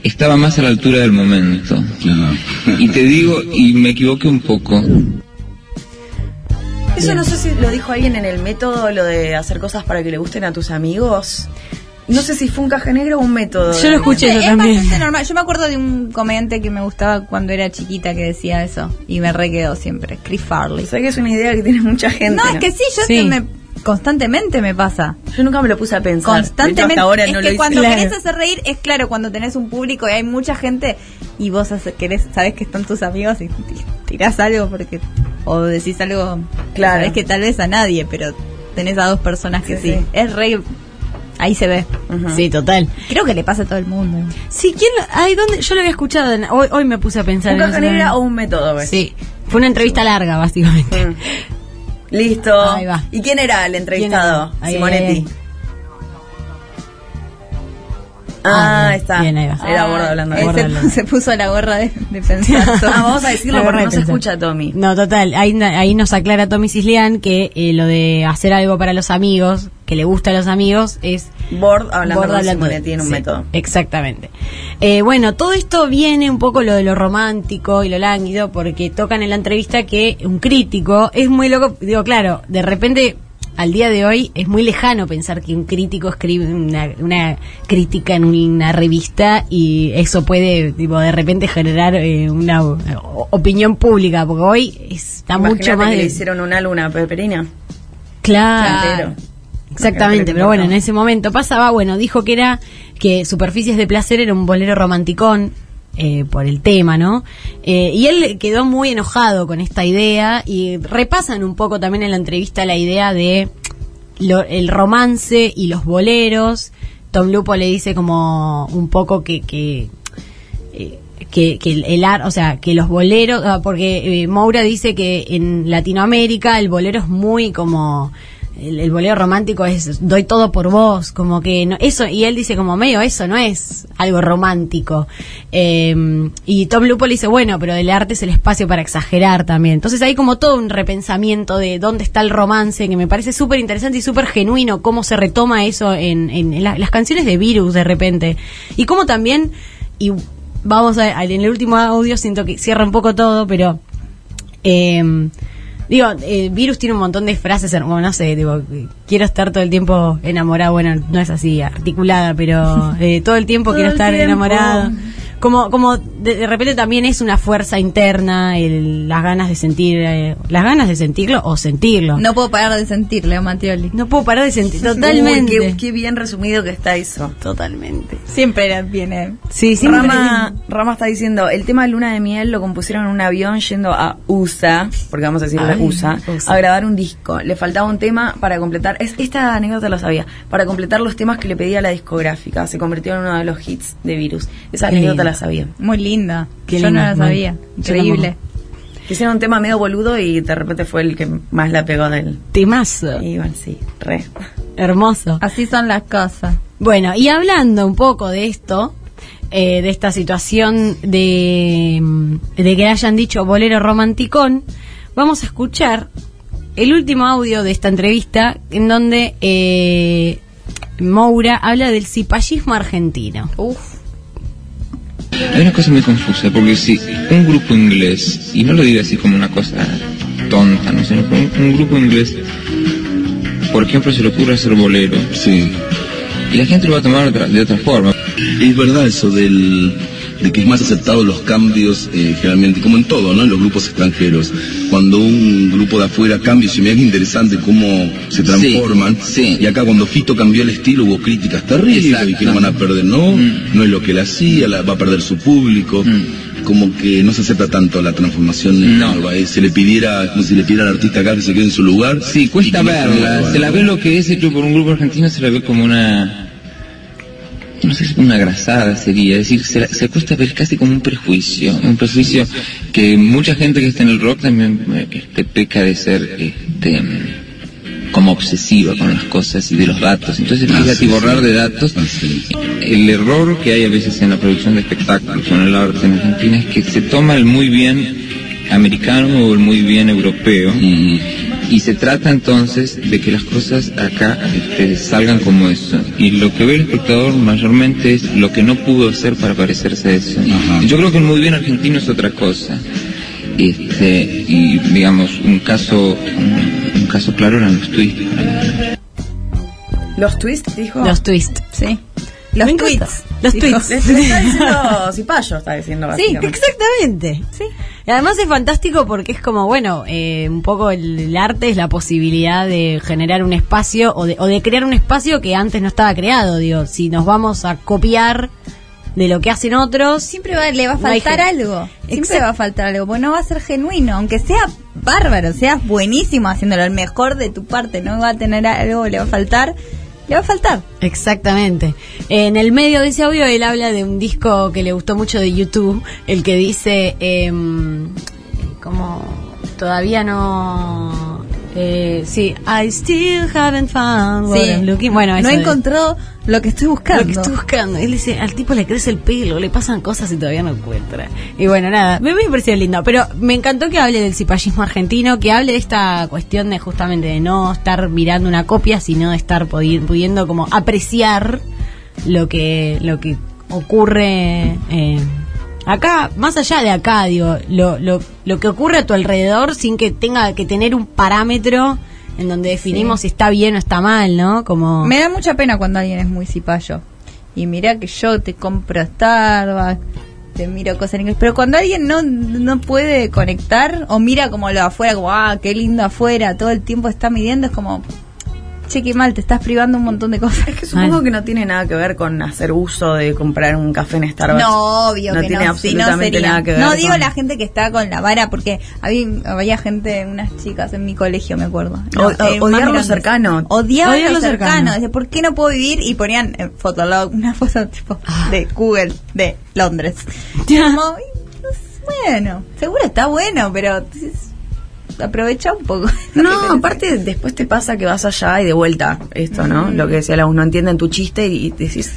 estaba más a la altura del momento. Claro. Y te digo, y me equivoqué un poco, Eso no sé si lo dijo alguien en el método, lo de hacer cosas para que le gusten a tus amigos. No sé si fue un caja negra o un método. Yo lo escuché No yo sé, Es también. bastante normal. Yo me acuerdo de un comediante que me gustaba cuando era chiquita que decía eso. Y me re quedó siempre. Chris Farley. Sé que es una idea que tiene mucha gente. No, es que sí, yo Sí. se me- constantemente me pasa. Yo nunca me lo puse a pensar. Constantemente. De hecho, hasta ahora es no lo que hice. cuando Claro. querés hacer reír, es claro, cuando tenés un público y hay mucha gente y vos hace- querés, sabés que están tus amigos y ti- tirás algo porque. O decís algo. Claro. Sabés que tal vez a nadie, pero tenés a dos personas que Sí, sí. sí. Es re. Ahí se ve. Sí, total. Creo que le pasa a todo el mundo. Sí, ¿quién lo, ay, ¿dónde? Yo lo había escuchado, en- hoy, hoy me puse a pensar ¿Un en caja eso negra o también. un método? ves? Sí, fue una entrevista larga, básicamente. Mm. Listo. Ahí va. "Oh, ¿Y quién era el entrevistado? ¿Quién era? Ahí, Simonetti. ahí, ahí. Ah, Ah, ahí está. bien, ahí va. Era Borda hablando. de Él Borda se, hablando. se puso la gorra de, de pensar. todo. Ah, vamos a decirlo La porque verdad no que se pensé. escucha, Tommy. No, total, ahí, na- ahí nos aclara Tommy Cislián que eh, lo de hacer algo para los amigos, que le gusta a los amigos, es Bord hablando Borda con hablando de- Simonetti en un sí, método. Exactamente. Eh, bueno, todo esto viene un poco lo de lo romántico y lo lánguido, porque tocan en la entrevista que un crítico es muy loco. Digo, claro, de repente. Al día de hoy es muy lejano pensar que un crítico escribe una, una crítica en una revista y eso puede, tipo, de repente generar eh, una o- opinión pública, porque hoy está Imagínate mucho más que de- le hicieron una luna a Peperina. Claro. Entero. Exactamente, pero bueno, en ese momento pasaba, bueno, dijo que era que Superficies de Placer era un bolero romanticón eh, por el tema, ¿no? Eh, y él quedó muy enojado con esta idea y repasan un poco también en la entrevista la idea de lo- el romance y los boleros. Tom Lupo le dice como un poco que, que eh, que, que el, el ar- o sea, que los boleros, ah, porque eh, Moura dice que en Latinoamérica el bolero es muy como el, el bolero romántico es doy todo por vos, como que no, eso y él dice como medio eso no es algo romántico Eh, y Tom Lupo le dice bueno pero el arte es el espacio para exagerar también entonces hay como todo un repensamiento de dónde está el romance que me parece súper interesante y súper genuino cómo se retoma eso en, en- en la- las canciones de Virus de repente y cómo también y vamos a, al- en el último audio siento que cierra un poco todo, pero eh, digo, eh, Virus tiene un montón de frases, her- bueno, no sé, tipo, quiero estar todo el tiempo enamorado, bueno, no es así articulada, pero eh, todo el tiempo Todo quiero el estar tiempo. enamorado. Como, como de, de repente también es una fuerza interna, el- las ganas de sentir, eh, las ganas de sentirlo o sentirlo. No puedo parar de sentir, Leo Matioli. No puedo parar de sentir, Uy, totalmente. qué, qué bien resumido que está eso. Totalmente. Siempre era- viene. Sí, siempre. Rama, Rama está diciendo, el tema de Luna de Miel lo compusieron en un avión yendo a USA, porque vamos a decirle Ay, USA, USA. a grabar un disco. Le faltaba un tema para completar, es, esta anécdota lo sabía, para completar los temas que le pedía la discográfica. Se convirtió en uno de los hits de Virus. Esa Qué anécdota lindo. la sabía. Muy linda. Qué Yo no linda, la muy- sabía. yo Increíble. Hicieron un tema medio boludo y de repente fue el que más la pegó del... Temazo. Y bueno, sí, re. Hermoso. Así son las cosas. Bueno, y hablando un poco de esto, eh, de esta situación de, mm, de que hayan dicho bolero romanticón, vamos a escuchar el último audio de esta entrevista en donde eh, Moura habla del cipallismo argentino. Uf. Hay una cosa muy confusa, porque si un grupo inglés, y no lo digo así como una cosa tonta, ¿no? sino como un, un grupo inglés, por ejemplo, se le ocurre hacer bolero, Sí. y la gente lo va a tomar otra- de otra forma. Es verdad eso del, de que es más aceptado los cambios eh, generalmente, como en todo, ¿no? En los grupos extranjeros. Cuando un grupo de afuera cambia, se me hace interesante cómo se transforman. sí. Y acá cuando Fito cambió el estilo hubo críticas terribles, Exacto. dijeron van a perder, no, Mm. no es lo que él hacía, la- va a perder su público. Mm. como que no se acepta tanto la transformación en No. Córdoba, eh, se le pidiera, como si le pidiera al artista acá que se quede en su lugar. Sí, cuesta y que no sea verla. Córdoba, se la ¿no? ve lo que es hecho por un grupo argentino, se la ve como una. No sé, una grasada sería. Es decir, se, la- se cuesta ver casi como un prejuicio. Un prejuicio que mucha gente que está en el rock también eh, este, peca de ser este, como obsesiva con las cosas y de los datos. Entonces, Ah, fíjate, sí, borrar sí. de datos. Ah, sí. El error que hay a veces en la producción de espectáculos o en el arte en Argentina es que se toma el muy bien americano o el muy bien europeo. Mm. Y se trata entonces de que las cosas acá este, salgan como eso. Y lo que ve el espectador mayormente es lo que no pudo hacer para parecerse a eso. Ajá. Yo creo que el muy bien argentino es otra cosa. Este, y digamos, un caso, un, un caso claro eran los tweets. Los twists, dijo. Los twists. Sí. Los Me encanta. tweets. Los dijo. tweets. Le- le está diciendo Cipallo, está diciendo Sí, básicamente. exactamente. Y además es fantástico porque es como, bueno, eh, un poco el, el arte es la posibilidad de generar un espacio o de, o de crear un espacio que antes no estaba creado. Digo, si nos vamos a copiar de lo que hacen otros. Siempre va- le va a No hay faltar gen- algo. Siempre Exacto. va a faltar algo. Porque no va a ser genuino. Aunque sea bárbaro, seas buenísimo haciéndolo el mejor de tu parte. No va a tener algo, le va a faltar. Le va a faltar. Exactamente. En el medio de ese audio él habla de un disco que le gustó mucho de YouTube, el que dice em, como todavía no eh, sí, I still haven't found what Sí. I'm looking. Bueno, no eso de- encontró lo que estoy buscando. lo que estoy buscando. Él dice, al tipo le crece el pelo, le pasan cosas y todavía no encuentra. Y bueno, nada, me, me pareció lindo. Pero me encantó que hable del cipallismo argentino, que hable de esta cuestión de justamente de no estar mirando una copia, sino de estar pudi- pudiendo como apreciar lo que, lo que ocurre eh, acá, más allá de acá, digo, lo, lo, lo que ocurre a tu alrededor sin que tenga que tener un parámetro en donde definimos si está bien o está mal, ¿no? Como... Me da mucha pena cuando alguien es muy cipayo. Y mira que yo te compro Starbucks, te miro cosas en inglés. Pero cuando alguien no, no puede conectar o mira como lo de afuera, como, ah, qué lindo afuera, todo el tiempo está midiendo, es como, che, qué mal, te estás privando un montón de cosas. Es que supongo Mal. que no tiene nada que ver con hacer uso de comprar un café en Starbucks. No, obvio que tiene no. si no absolutamente sería. nada que ver. No digo con- la gente que está con la vara, porque había, había gente, unas chicas en mi colegio, me acuerdo. O- o- eh, más odiar lo grandes. cercano. Odiar, Odiar lo lo cercano. cercano. Dice, ¿por qué no puedo vivir? Y ponían en Fotolog una foto tipo de Google, de Londres. Y como, y, pues, bueno, seguro está bueno, pero es- aprovecha un poco. No, aparte después te pasa que vas allá y de vuelta esto, ¿no? Lo que decía la US, no entienden tu chiste y decís,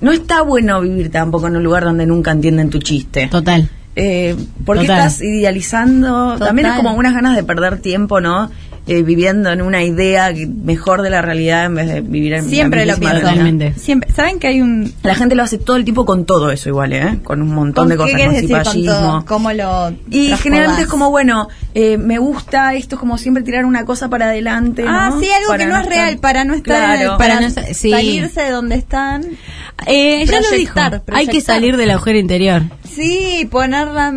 no está bueno vivir tampoco en un lugar donde nunca entienden tu chiste. Total. Eh, ¿Por qué Total. estás idealizando? Total. También es como unas ganas de perder tiempo, ¿no? Eh, viviendo en una idea que- mejor de la realidad en vez de vivir en la Siempre lo pienso. misma realidad. Totalmente. Siempre. ¿Saben que hay un La gente lo hace todo el tiempo con todo eso igual, ¿eh? Con un montón de ¿Con cosas, ¿Qué con quieres decir con cipallismo. todo? ¿Cómo lo Y transportás? generalmente es como, bueno, eh, me gusta esto, es como siempre tirar una cosa para adelante. Ah, ¿no? sí, algo Para que no, es estar- real, para no estar en el- Claro. para, Para no estar- sí. salirse de donde están. Eh, ya lo dijo. Proyectar, Hay proyectar. que salir del agujero interior. Sí, ponerla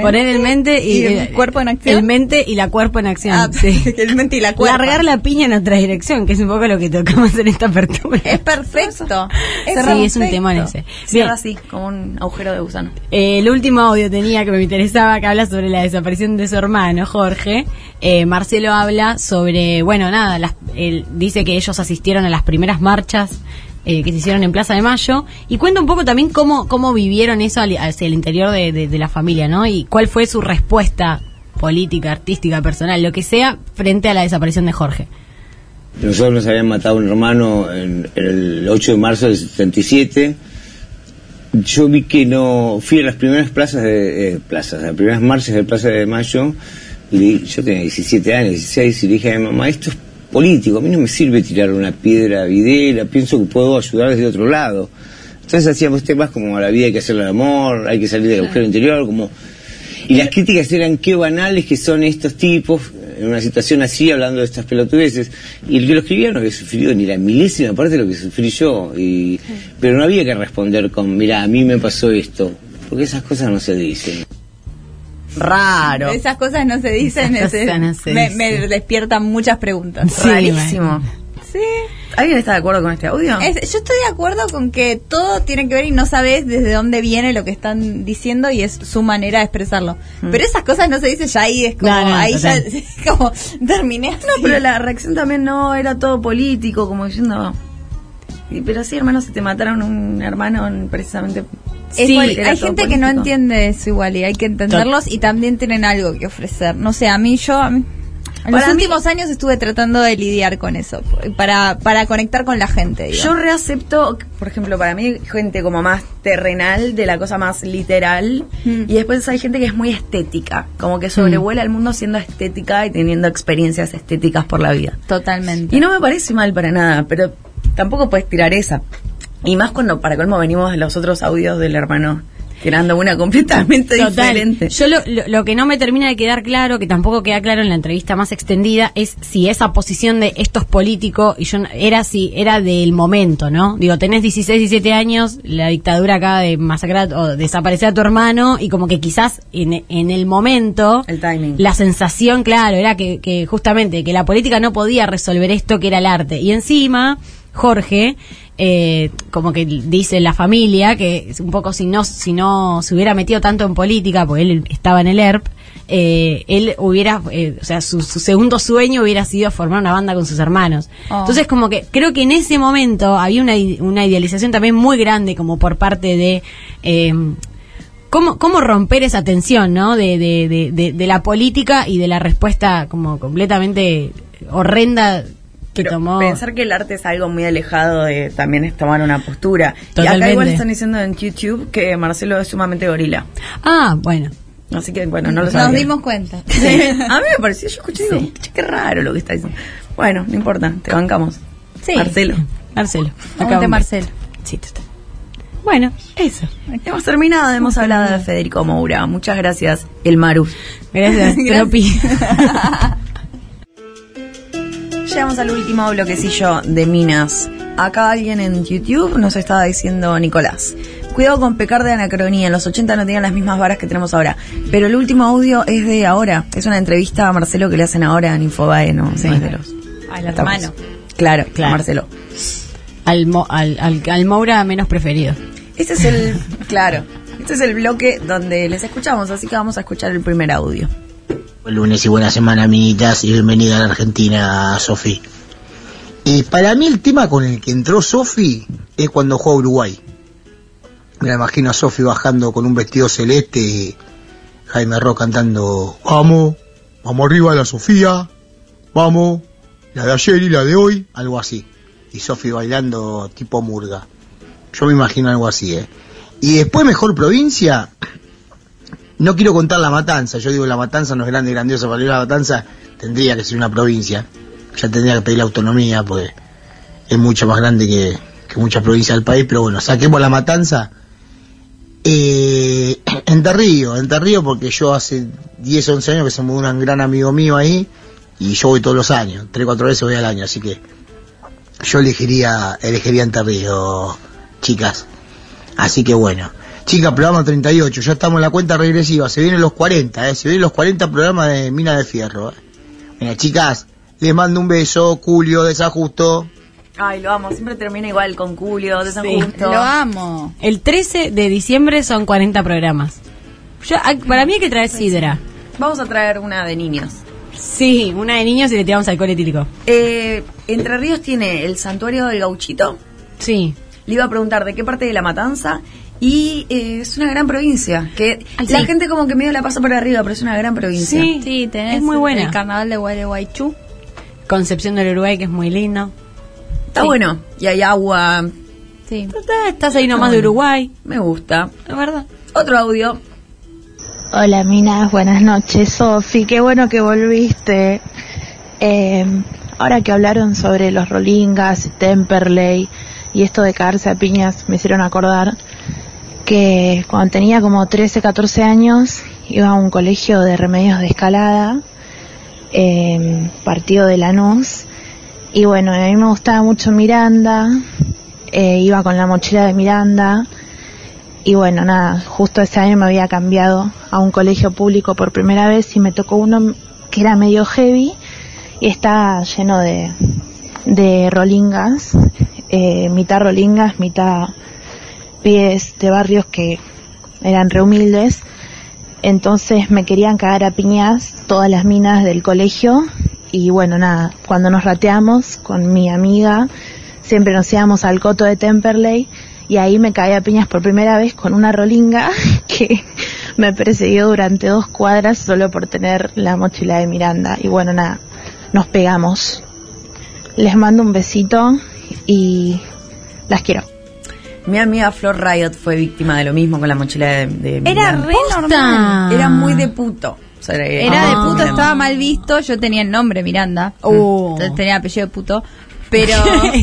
Poner el mente y, el cuerpo en acción. El mente y la cuerpo en acción. Ah, sí. el mente y la cuerpa. Largar la piña en otra dirección, que es un poco lo que tocamos en esta apertura. Es perfecto. sí, es un temón ese. Bien, Cierra así, como un agujero de gusano. eh, el último audio tenía que me interesaba, que habla sobre la desaparición de su hermano, Jorge. Eh, Marcelo habla sobre, bueno, nada, las- él dice que ellos asistieron a las primeras marchas eh, que se hicieron en Plaza de Mayo y cuenta un poco también cómo, cómo vivieron eso al- hacia el interior de, de- de la familia, ¿no? Y cuál fue su respuesta política, artística, personal, lo que sea, frente a la desaparición de Jorge. Nosotros nos habían matado un hermano en- el 8 de marzo del 77. Yo vi que no. Fui a las primeras plazas de. eh, plazas, a las primeras marchas de Plaza de Mayo. y di- yo tenía 17 años, 16, y le dije a mi mamá: esto es político, a mí no me sirve tirar una piedra videla, pienso que puedo ayudar desde otro lado. Entonces hacíamos temas como a la vida hay que hacerle el amor, hay que salir del agujero interior, como y las críticas eran qué banales que son estos tipos en una situación así, hablando de estas pelotudeces. Y el que lo escribía no había sufrido ni la milésima parte de lo que sufrí yo. Y, pero no había que responder con, mira, a mí me pasó esto. Porque esas cosas no se dicen. Raro. Esas cosas no se dicen. Esas ese- cosas no se me, dicen. me despiertan muchas preguntas. Sí, rarísimo. Sí. ¿Alguien está de acuerdo con este audio? Es- yo estoy de acuerdo con que todo tiene que ver y no sabes desde dónde viene lo que están diciendo y es su manera de expresarlo. Pero esas cosas no se dicen ya ahí, es como, Mm. No, no, ahí ya, total. es como, terminé. No, pero la reacción también no era todo político, como diciendo. "Y, Pero sí, hermano, se te mataron un hermano en- precisamente. Es Sí, cual- era hay todo gente que no político. entiende eso igual y hay que entenderlos y también tienen algo que ofrecer. No sé, a mí yo... a mí- en los Para mí- últimos años estuve tratando de lidiar con eso, para, para conectar con la gente. digo. Yo reacepto, por ejemplo, para mí, gente como más terrenal, de la cosa más literal. Mm. Y después hay gente que es muy estética, como que sobrevuela el mundo siendo estética y teniendo experiencias estéticas por la vida. Totalmente. Y no me parece mal para nada, pero tampoco puedes tirar esa. Y más cuando, para colmo, venimos de los otros audios del hermano, tirando una completamente Total. diferente. Yo lo, lo- lo que no me termina de quedar claro, que tampoco queda claro en la entrevista más extendida, es si esa posición de esto es político, y yo no- era si era del momento, ¿no? Digo, tenés 16, 17 años, la dictadura acaba de masacrar o desaparecer a tu hermano, y como que quizás en, en el momento, El timing. la sensación, claro, era que, que justamente que la política no podía resolver esto que era el arte. Y encima, Jorge, eh, como que dice la familia, que es un poco si no, si no se hubiera metido tanto en política, porque él estaba en el ERP, eh, él hubiera, eh, o sea, su, su segundo sueño hubiera sido formar una banda con sus hermanos. Oh. Entonces, como que creo que en ese momento había una, i- una idealización también muy grande, como por parte de... eh, ¿Cómo, ¿Cómo romper esa tensión, no? De, de, de, de, de la política y de la respuesta como completamente horrenda que Pero tomó. Pensar que el arte es algo muy alejado de también es tomar una postura. Y acá Totalmente. igual están diciendo en YouTube que Marcelo es sumamente gorila. Ah, bueno. Así que bueno, no lo Nos sabía. dimos cuenta. Sí. A mí me pareció, yo escuché y digo, "Che, qué raro lo que está diciendo. Bueno, no importa, te bancamos. Sí. Marcelo. Marcelo. Aguante, de Marcelo. Sí, total. Bueno, eso. Hemos terminado, hemos hablado de Federico Moura. Muchas gracias, El Maru. Gracias, Tropi. Llegamos al último bloquecillo de Minas. Acá alguien en YouTube nos estaba diciendo, Nicolás, cuidado con pecar de anacronía. En los 80 no tenían las mismas varas que tenemos ahora. Pero el último audio es de ahora. Es una entrevista a Marcelo que le hacen ahora en Infobae, ¿no? Sí. de los, Al estamos. hermano. Claro, Claro. Marcelo. Al, Mo- al, al, al Moura menos preferido. Este es el, claro, este es el bloque donde les escuchamos, así que vamos a escuchar el primer audio. Buen lunes y buena semana, amiguitas, y bienvenida a la Argentina, Sofi. Eh, para mí el tema con el que entró Sofi es cuando juega Uruguay. Me la imagino a Sofi bajando con un vestido celeste y Jaime Ro cantando Vamos, vamos arriba la Sofía, vamos, la de ayer y la de hoy, algo así. Y Sofi bailando tipo murga. Yo me imagino algo así, ¿eh? Y después mejor provincia, no quiero contar la matanza, yo digo la matanza no es grande y grandiosa, para mí la matanza tendría que ser una provincia, ya tendría que pedir la autonomía porque es mucho más grande que, que muchas provincias del país, pero bueno, saquemos la matanza. Eh, Entre Ríos, Entre Ríos porque yo hace 10, 11 años que se mudó un gran amigo mío ahí y yo voy todos los años, 3, 4 veces voy al año, así que yo elegiría, elegiría Entre Ríos, chicas. Así que bueno. Chica, programa 38, ya estamos en la cuenta regresiva, se vienen los 40, ¿eh? se vienen los 40 programas de Mina de Fierro. ¿eh? Mira, chicas, les mando un beso, Julio, desajusto. Ay, lo amo, siempre termina igual con Julio, de San Justo. Lo amo. El 13 de diciembre son 40 programas. Yo, ah, para mí hay que traer sidra. Vamos a traer una de niños. Sí, una de niños y le tiramos alcohol etílico. Eh, Entre Ríos tiene el santuario del gauchito. Sí. Le iba a preguntar de qué parte de la matanza. Y eh, es una gran provincia. Que Ay, la sí. gente como que medio la pasa por arriba, pero es una gran provincia. Sí. tenés Es muy buena. el carnaval de Gualeguaychú. Concepción del Uruguay, que es muy lindo. Está bueno. Y hay agua. Sí. Total, Estás ahí nomás de Uruguay, Me gusta. la verdad. Otro audio. Hola Minas, buenas noches. Sofi, qué bueno que volviste. Eh, ahora que hablaron sobre los Rolingas, Temperley y esto de caerse a piñas, me hicieron acordar que cuando tenía como 13, 14 años iba a un colegio de remedios de escalada, eh, partido de Lanús. Y bueno, a mí me gustaba mucho Miranda, eh, iba con la mochila de Miranda. Y bueno, nada, justo ese año me había cambiado a un colegio público por primera vez y me tocó uno que era medio heavy y estaba lleno de de rolingas, eh, mitad rolingas, mitad pies de barrios que eran re humildes. Entonces me querían cagar a piñas todas las minas del colegio y bueno, nada, cuando nos rateamos con mi amiga, siempre nos íbamos al coto de Temperley y ahí me caí a piñas por primera vez con una rolinga que me persiguió durante dos cuadras solo por tener la mochila de Miranda y bueno, nada, nos pegamos. Les mando un besito y las quiero. Mi amiga Flor Riot fue víctima de lo mismo con la mochila de, de Era Milán. re normal. Era muy de puto. O sea, Era de Ah. puto, estaba mal visto. Yo tenía el nombre Miranda. Entonces tenía apellido de puto. Pero.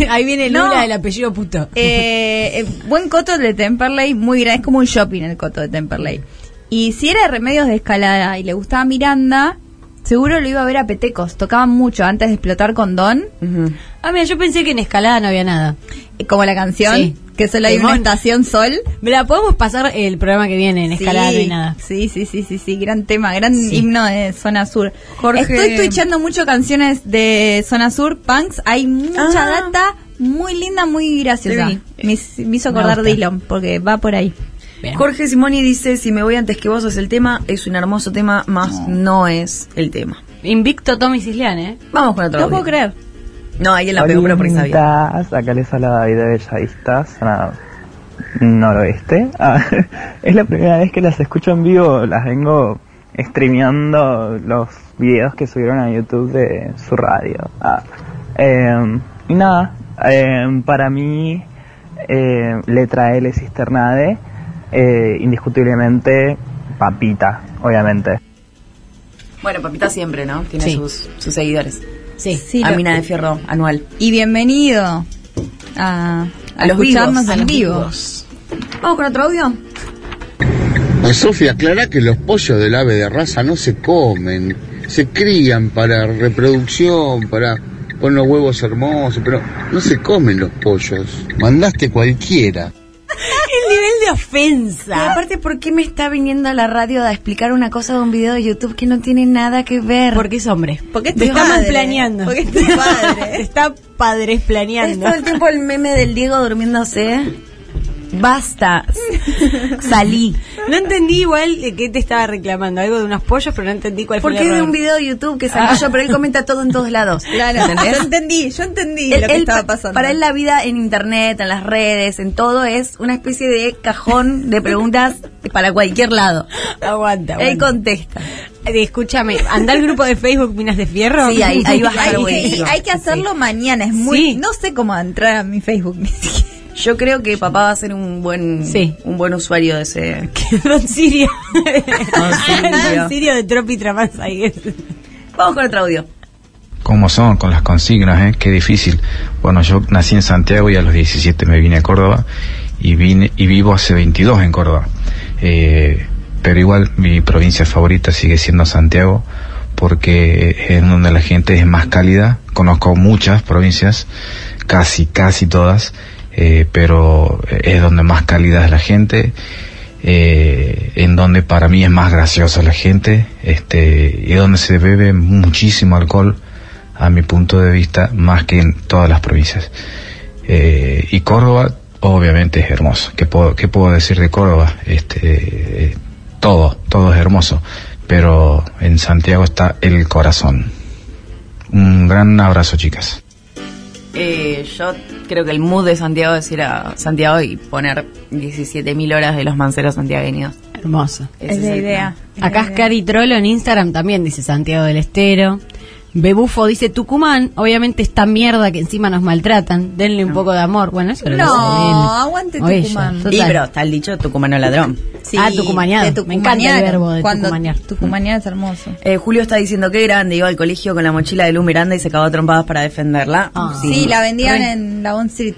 Ahí viene No. Lula del apellido puto. Eh, eh, buen coto de Temperley, muy grande, es como un shopping el coto de Temperley. Y si era de remedios de escalada y le gustaba Miranda, seguro lo iba a ver a Petecos, tocaban mucho antes de explotar con Don, Ujú. Ah, mira, yo pensé que en escalada no había nada. eh, como la canción, Sí. que solo hay una Temón. estación sol. Me la podemos pasar el programa que viene, en escalada no hay nada. Sí, sí, sí, sí, sí, gran tema, gran Sí. himno de Zona Sur. Jorge- Estoy twitchando mucho canciones de Zona Sur, punks, hay mucha Ah. data muy linda, muy graciosa. Sí. Me, hizo- me hizo acordar gusta. Dylan, porque va por ahí. Bien. Jorge Simoni dice, si me voy antes que vos es el tema, es un hermoso tema, más no, es el tema. Invicto Tommy Cislian, ¿eh? Vamos con otro No audio. puedo creer. No, alguien la pegó, pero porque sabía. Lindas, acá les habla David de Bellavista, zona noroeste. Ah, es la primera vez que las escucho en vivo, las vengo streameando los videos que subieron a YouTube de su radio. Ah, eh, y nada, eh, para mí eh, letra L Cisternade, eh, indiscutiblemente papita, obviamente. Bueno, Papita siempre, ¿no? Tiene Sí. sus, sus seguidores. Sí. Sí, a lo- Mina de Fierro, anual. Y bienvenido a, A los escucharnos vivos, a en los vivo. vivos. Vamos con otro audio. A Sofía aclara que los pollos del ave de raza no se comen, se crían para reproducción, para poner los huevos hermosos, pero no se comen los pollos. Mandaste cualquiera. El nivel de Y ofensa. aparte, ¿por qué me está viniendo a la radio a explicar una cosa de un video de YouTube que no tiene nada que ver? Porque es hombre. Porque Te está mal planeando. Porque es tu Te padre. está padres Es planeando. todo el tiempo el meme del Diego durmiéndose. Basta. Salí. No entendí igual eh, qué te estaba reclamando. Algo de unos pollos, pero no entendí cuál fue Porque el es de error. un video de YouTube que salió yo, pero él comenta todo en todos lados. Claro, ¿Entendés? yo entendí, yo entendí Él- lo que él estaba pa- pasando. Para él la vida en internet, en las redes, en todo es una especie de cajón de preguntas para cualquier lado. Aguanta, Él aguanta. contesta. Eh, Escúchame, anda al grupo de Facebook Minas de Fierro. Sí, ahí- ahí vas a hay, estar que, buenísimo. hay que hacerlo mañana, es muy... Sí. No sé cómo entrar a mi Facebook. ni siquiera. Yo creo que papá va a ser un buen Sí. un buen usuario de ese. Don Sirio. Sirio. Don Sirio de Tropi Tramanza. Vamos con otro audio. ¿Cómo son con las consignas? Eh? Qué difícil. Bueno, yo nací en Santiago y a los 17 me vine a Córdoba y, vine, y vivo hace 22 en Córdoba. Eh, pero igual mi provincia favorita sigue siendo Santiago porque es donde la gente es más cálida. Conozco muchas provincias, casi, casi todas, eh, pero es donde más cálida es la gente eh, en donde para mí es más graciosa la gente, este, y donde se bebe muchísimo alcohol, a mi punto de vista, más que en todas las provincias. Eh, y Córdoba, obviamente, es hermoso. ¿Qué puedo, qué puedo decir de Córdoba? Este, eh, todo, todo es hermoso, pero en Santiago está el corazón. Un gran abrazo, chicas. Eh, yo creo que el mood de Santiago es ir a Santiago y poner 17.000 horas de los manceros santiagueños. Hermoso. Ese la el idea. plan. Acá es Cari Trollo en Instagram también dice Santiago del Estero. Bebufo dice Tucumán, obviamente esta mierda que encima nos maltratan, denle un poco de amor. Bueno, eso lo No, dice él. aguante O ella, Tucumán. total. Y pero está el dicho tucumano ladrón. Sí, Ah, tucumaneado. te Me encanta el verbo de Cuando tucumanear. tucumanear es hermoso. Eh, Julio está diciendo que grande, iba al colegio con la mochila de Lu Miranda y se cagó a trompadas para defenderla. Ah. Sí, la vendían en la On Street,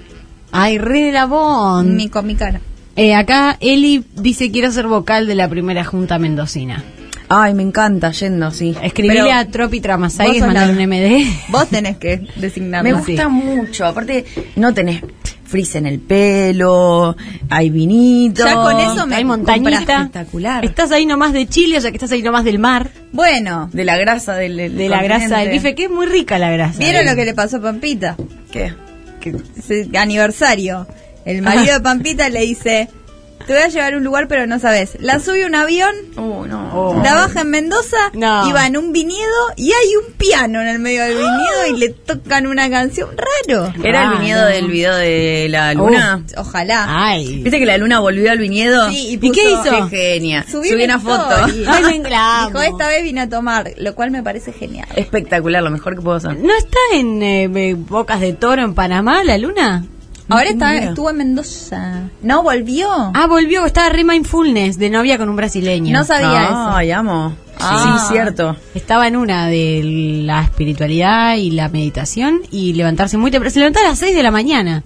Ay, re de la Bond. mi- con mi cara. Eh, acá Eli dice quiero ser vocal de la primera junta mendocina. Ay, me encanta, yendo, sí. Escribile Pero a Tropi vos Tramasay y sos mandar la- un em- MD. Vos tenés que designarme. Me gusta mucho. Aparte, no tenés frizz en el pelo, hay vinito. Ya con eso me compraste. Hay montañita. espectacular. Estás ahí nomás de Chile, o sea que estás ahí nomás del mar, Bueno, De la grasa del, del de la grasa del continente. bife, que es muy rica la grasa. ¿vieron lo que le pasó a Pampita? ¿Qué? que es aniversario. El marido de Pampita le dice, te voy a llevar a un lugar pero no sabes. La sube a un avión, Oh, la baja en Mendoza, No. y va en un viñedo y hay un piano en el medio del viñedo y le tocan una canción raro. Era el viñedo del video de la luna. Uh, ojalá. Ay. ¿Viste que la luna volvió al viñedo? Sí, y ¿Y, qué puso- hizo? Qué genia. Subí Subí, una una foto. story. Ay, me la Dijo, amo. esta vez vine a tomar, lo cual me parece genial. Espectacular, lo mejor que puedo hacer. ¿No está en eh, eh, Bocas de Toro en Panamá la luna? Ahora está, Mira. estuvo en Mendoza. No, volvió. Ah, volvió, estaba re mindfulness de novia con un brasileño. no sabía eso. Ah, Ay, amo. Sí, Ah. cierto. Estaba en una de la espiritualidad y la meditación y levantarse muy temprano. Se levantaba a las 6 de la mañana.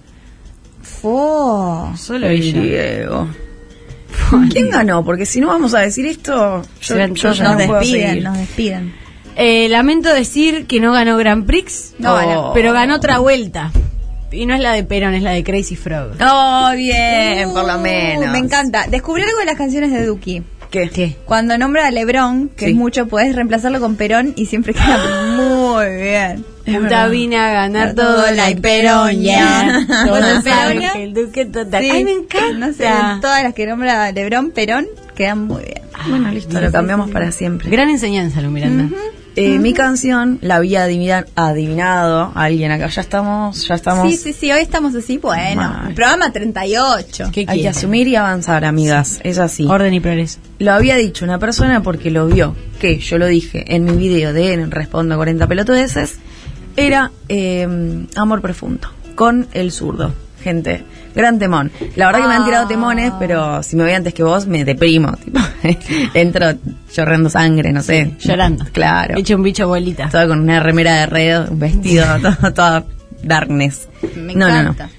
Fo. Solo Ay, ella. "Oh, Diego. ¿Quién ganó? Porque si no vamos a decir esto, yo, Serán yo todos ya Nos no puedo despiden, seguir. nos despiden. Eh, lamento decir que no ganó Grand Prix, No ganó. pero ganó otra vuelta. Y no es la de Perón, es la de Crazy Frog. Oh, bien, por lo Uh, menos. Me encanta. Descubrí algo de las canciones de Duki. ¿Qué? ¿Qué? Cuando nombra a Lebron, que Sí. es mucho, podés reemplazarlo con Perón y siempre queda muy bien. Puta vine a ganar todo la Peronia. Iperonia. Todo saben Peronia. que el Duque total. Sí. Ay, me encanta. No sé, todas las que nombra Lebron, Perón, quedan muy bien. Ah, Bueno, listo, lo cambiamos para siempre. Gran enseñanza, Lu Miranda. Eh, Mi canción la había adivina- adivinado alguien acá. Ya estamos, ya estamos. Sí, sí, sí, hoy estamos así, bueno. Mal. Programa 38. ¿Qué Hay que quiere? asumir y avanzar, amigas. Es así. Orden y progreso. Lo había dicho una persona porque lo vio, que yo lo dije en mi video de en Respondo 40 pelotudeces, era eh, Amor Profundo, con el zurdo. Gente, gran temón. La verdad que me han Ah. tirado temones, pero si me voy antes que vos, me deprimo. Tipo, entro chorrando sangre, no sé. Llorando. Claro. Hecho un bicho bolita. Toda con una remera de red, un vestido, todo, toda darkness. Me no, no, no. encanta.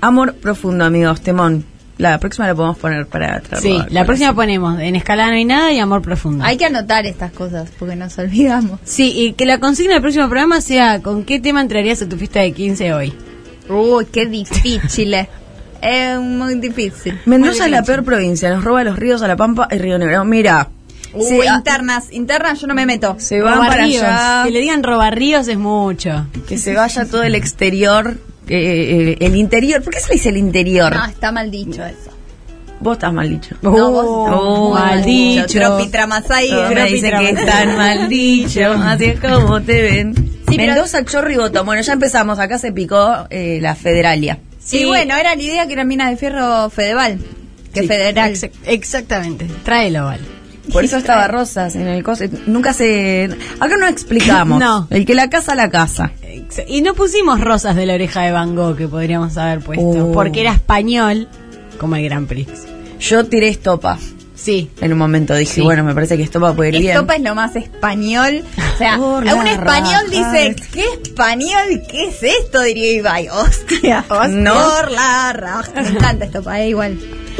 Amor Profundo, amigos, temón. La próxima la podemos poner para atrás. Sí, la próxima ponemos en escala no hay nada y amor profundo. Hay que anotar estas cosas porque nos olvidamos. Sí, y que la consigna del próximo programa sea ¿con qué tema entrarías a tu fiesta de 15 hoy? Uy, qué difícil. eh. Es muy difícil. Mendoza es la peor provincia, nos roba los ríos a la Pampa y Río Negro. Mira, Uy, se, internas, internas yo no me meto. se van para Robarríos. allá, Que le digan robarríos es mucho. que se vaya todo el exterior, eh, eh, el interior. ¿Por qué se le dice el interior? No, está mal dicho eso. Vos estás mal dicho. No, vos- Oh, muy mal dicho. Tropi tramasai, eh. Todos me tropi dicen que tramasai. están mal dicho, así es como te ven. pero- Mendoza, Chorro y Botón. Bueno, ya empezamos, acá se picó eh, la Federalia. Sí, bueno, era la idea que era Minas de Fierro Fedeval. Que Sí, federal. exac- exactamente. Tráelo, Val. Por eso estaba Rosas en el coso. Nunca se... Acá no explicamos. No. El que la casa, la casa. Ex- Y no pusimos rosas de la oreja de Van Gogh que podríamos haber puesto. Uh. Oh. Porque era español, como el Grand Prix. Yo tiré estopa. Sí. En un momento dije, bueno, me parece que estopa puede ir bien. Estopa es lo más español. O sea, Por un la español raja. dice, ¿qué español? ¿Qué es esto? Diría Ibai. Hostia, hostia. No. Por la raja. Me encanta Estopa, es igual.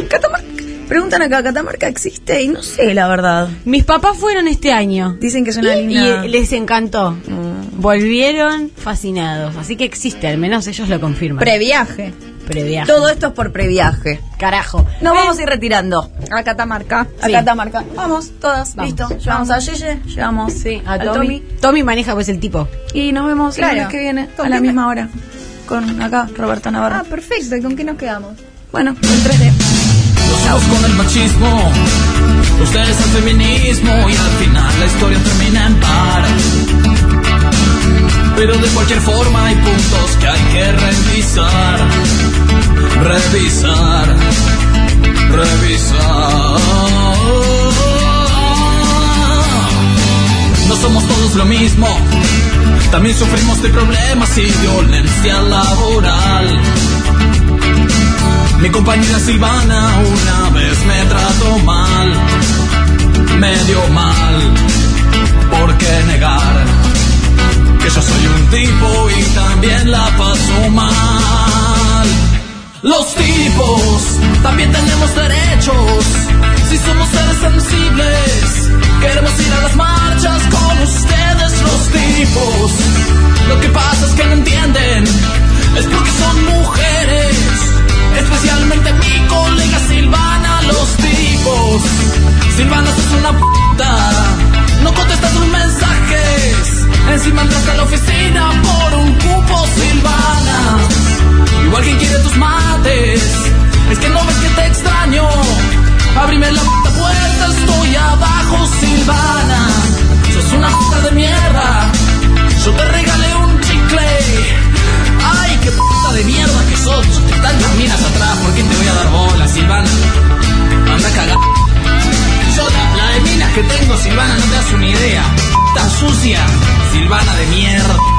Catamarca. Preguntan acá, ¿Catamarca existe? Y no sé, la verdad. Mis papás fueron este año. Dicen que es una Y eh, linda... les encantó. Mm. Volvieron fascinados. Así que existe, al menos ellos lo confirman. Previaje. Previa. Todo esto es por previaje. Carajo. Nos vamos a ir retirando. A Catamarca. A Sí. Catamarca. Vamos, todas. Listo. Llevamos a Yeye, llevamos A al Tommy. Tommy. maneja pues el tipo. Y nos vemos Claro. el lunes que viene a Confirme. la misma hora. Con acá, Roberto Navarro. Ah, perfecto. ¿Y con qué nos quedamos? bueno, con 3D. Los caos con el machismo, ustedes el feminismo y al final la historia termina en par. Pero de cualquier forma hay puntos que hay que revisar, revisar, revisar. No somos todos lo mismo, también sufrimos de problemas y violencia laboral. Mi compañera Silvana una vez me trató mal, medio mal. ¿Por qué negar que yo soy un tipo y también la paso mal? Los tipos también tenemos derechos. Si somos seres sensibles, queremos ir a las marchas con ustedes los tipos. Lo que pasa es que no entienden, es porque son mujeres. Especialmente mi colega Silvana, los tipos. Silvana es una puta, no contesta sus mensajes. Encima entraste a la oficina por un cupo, Silvana. de mierda.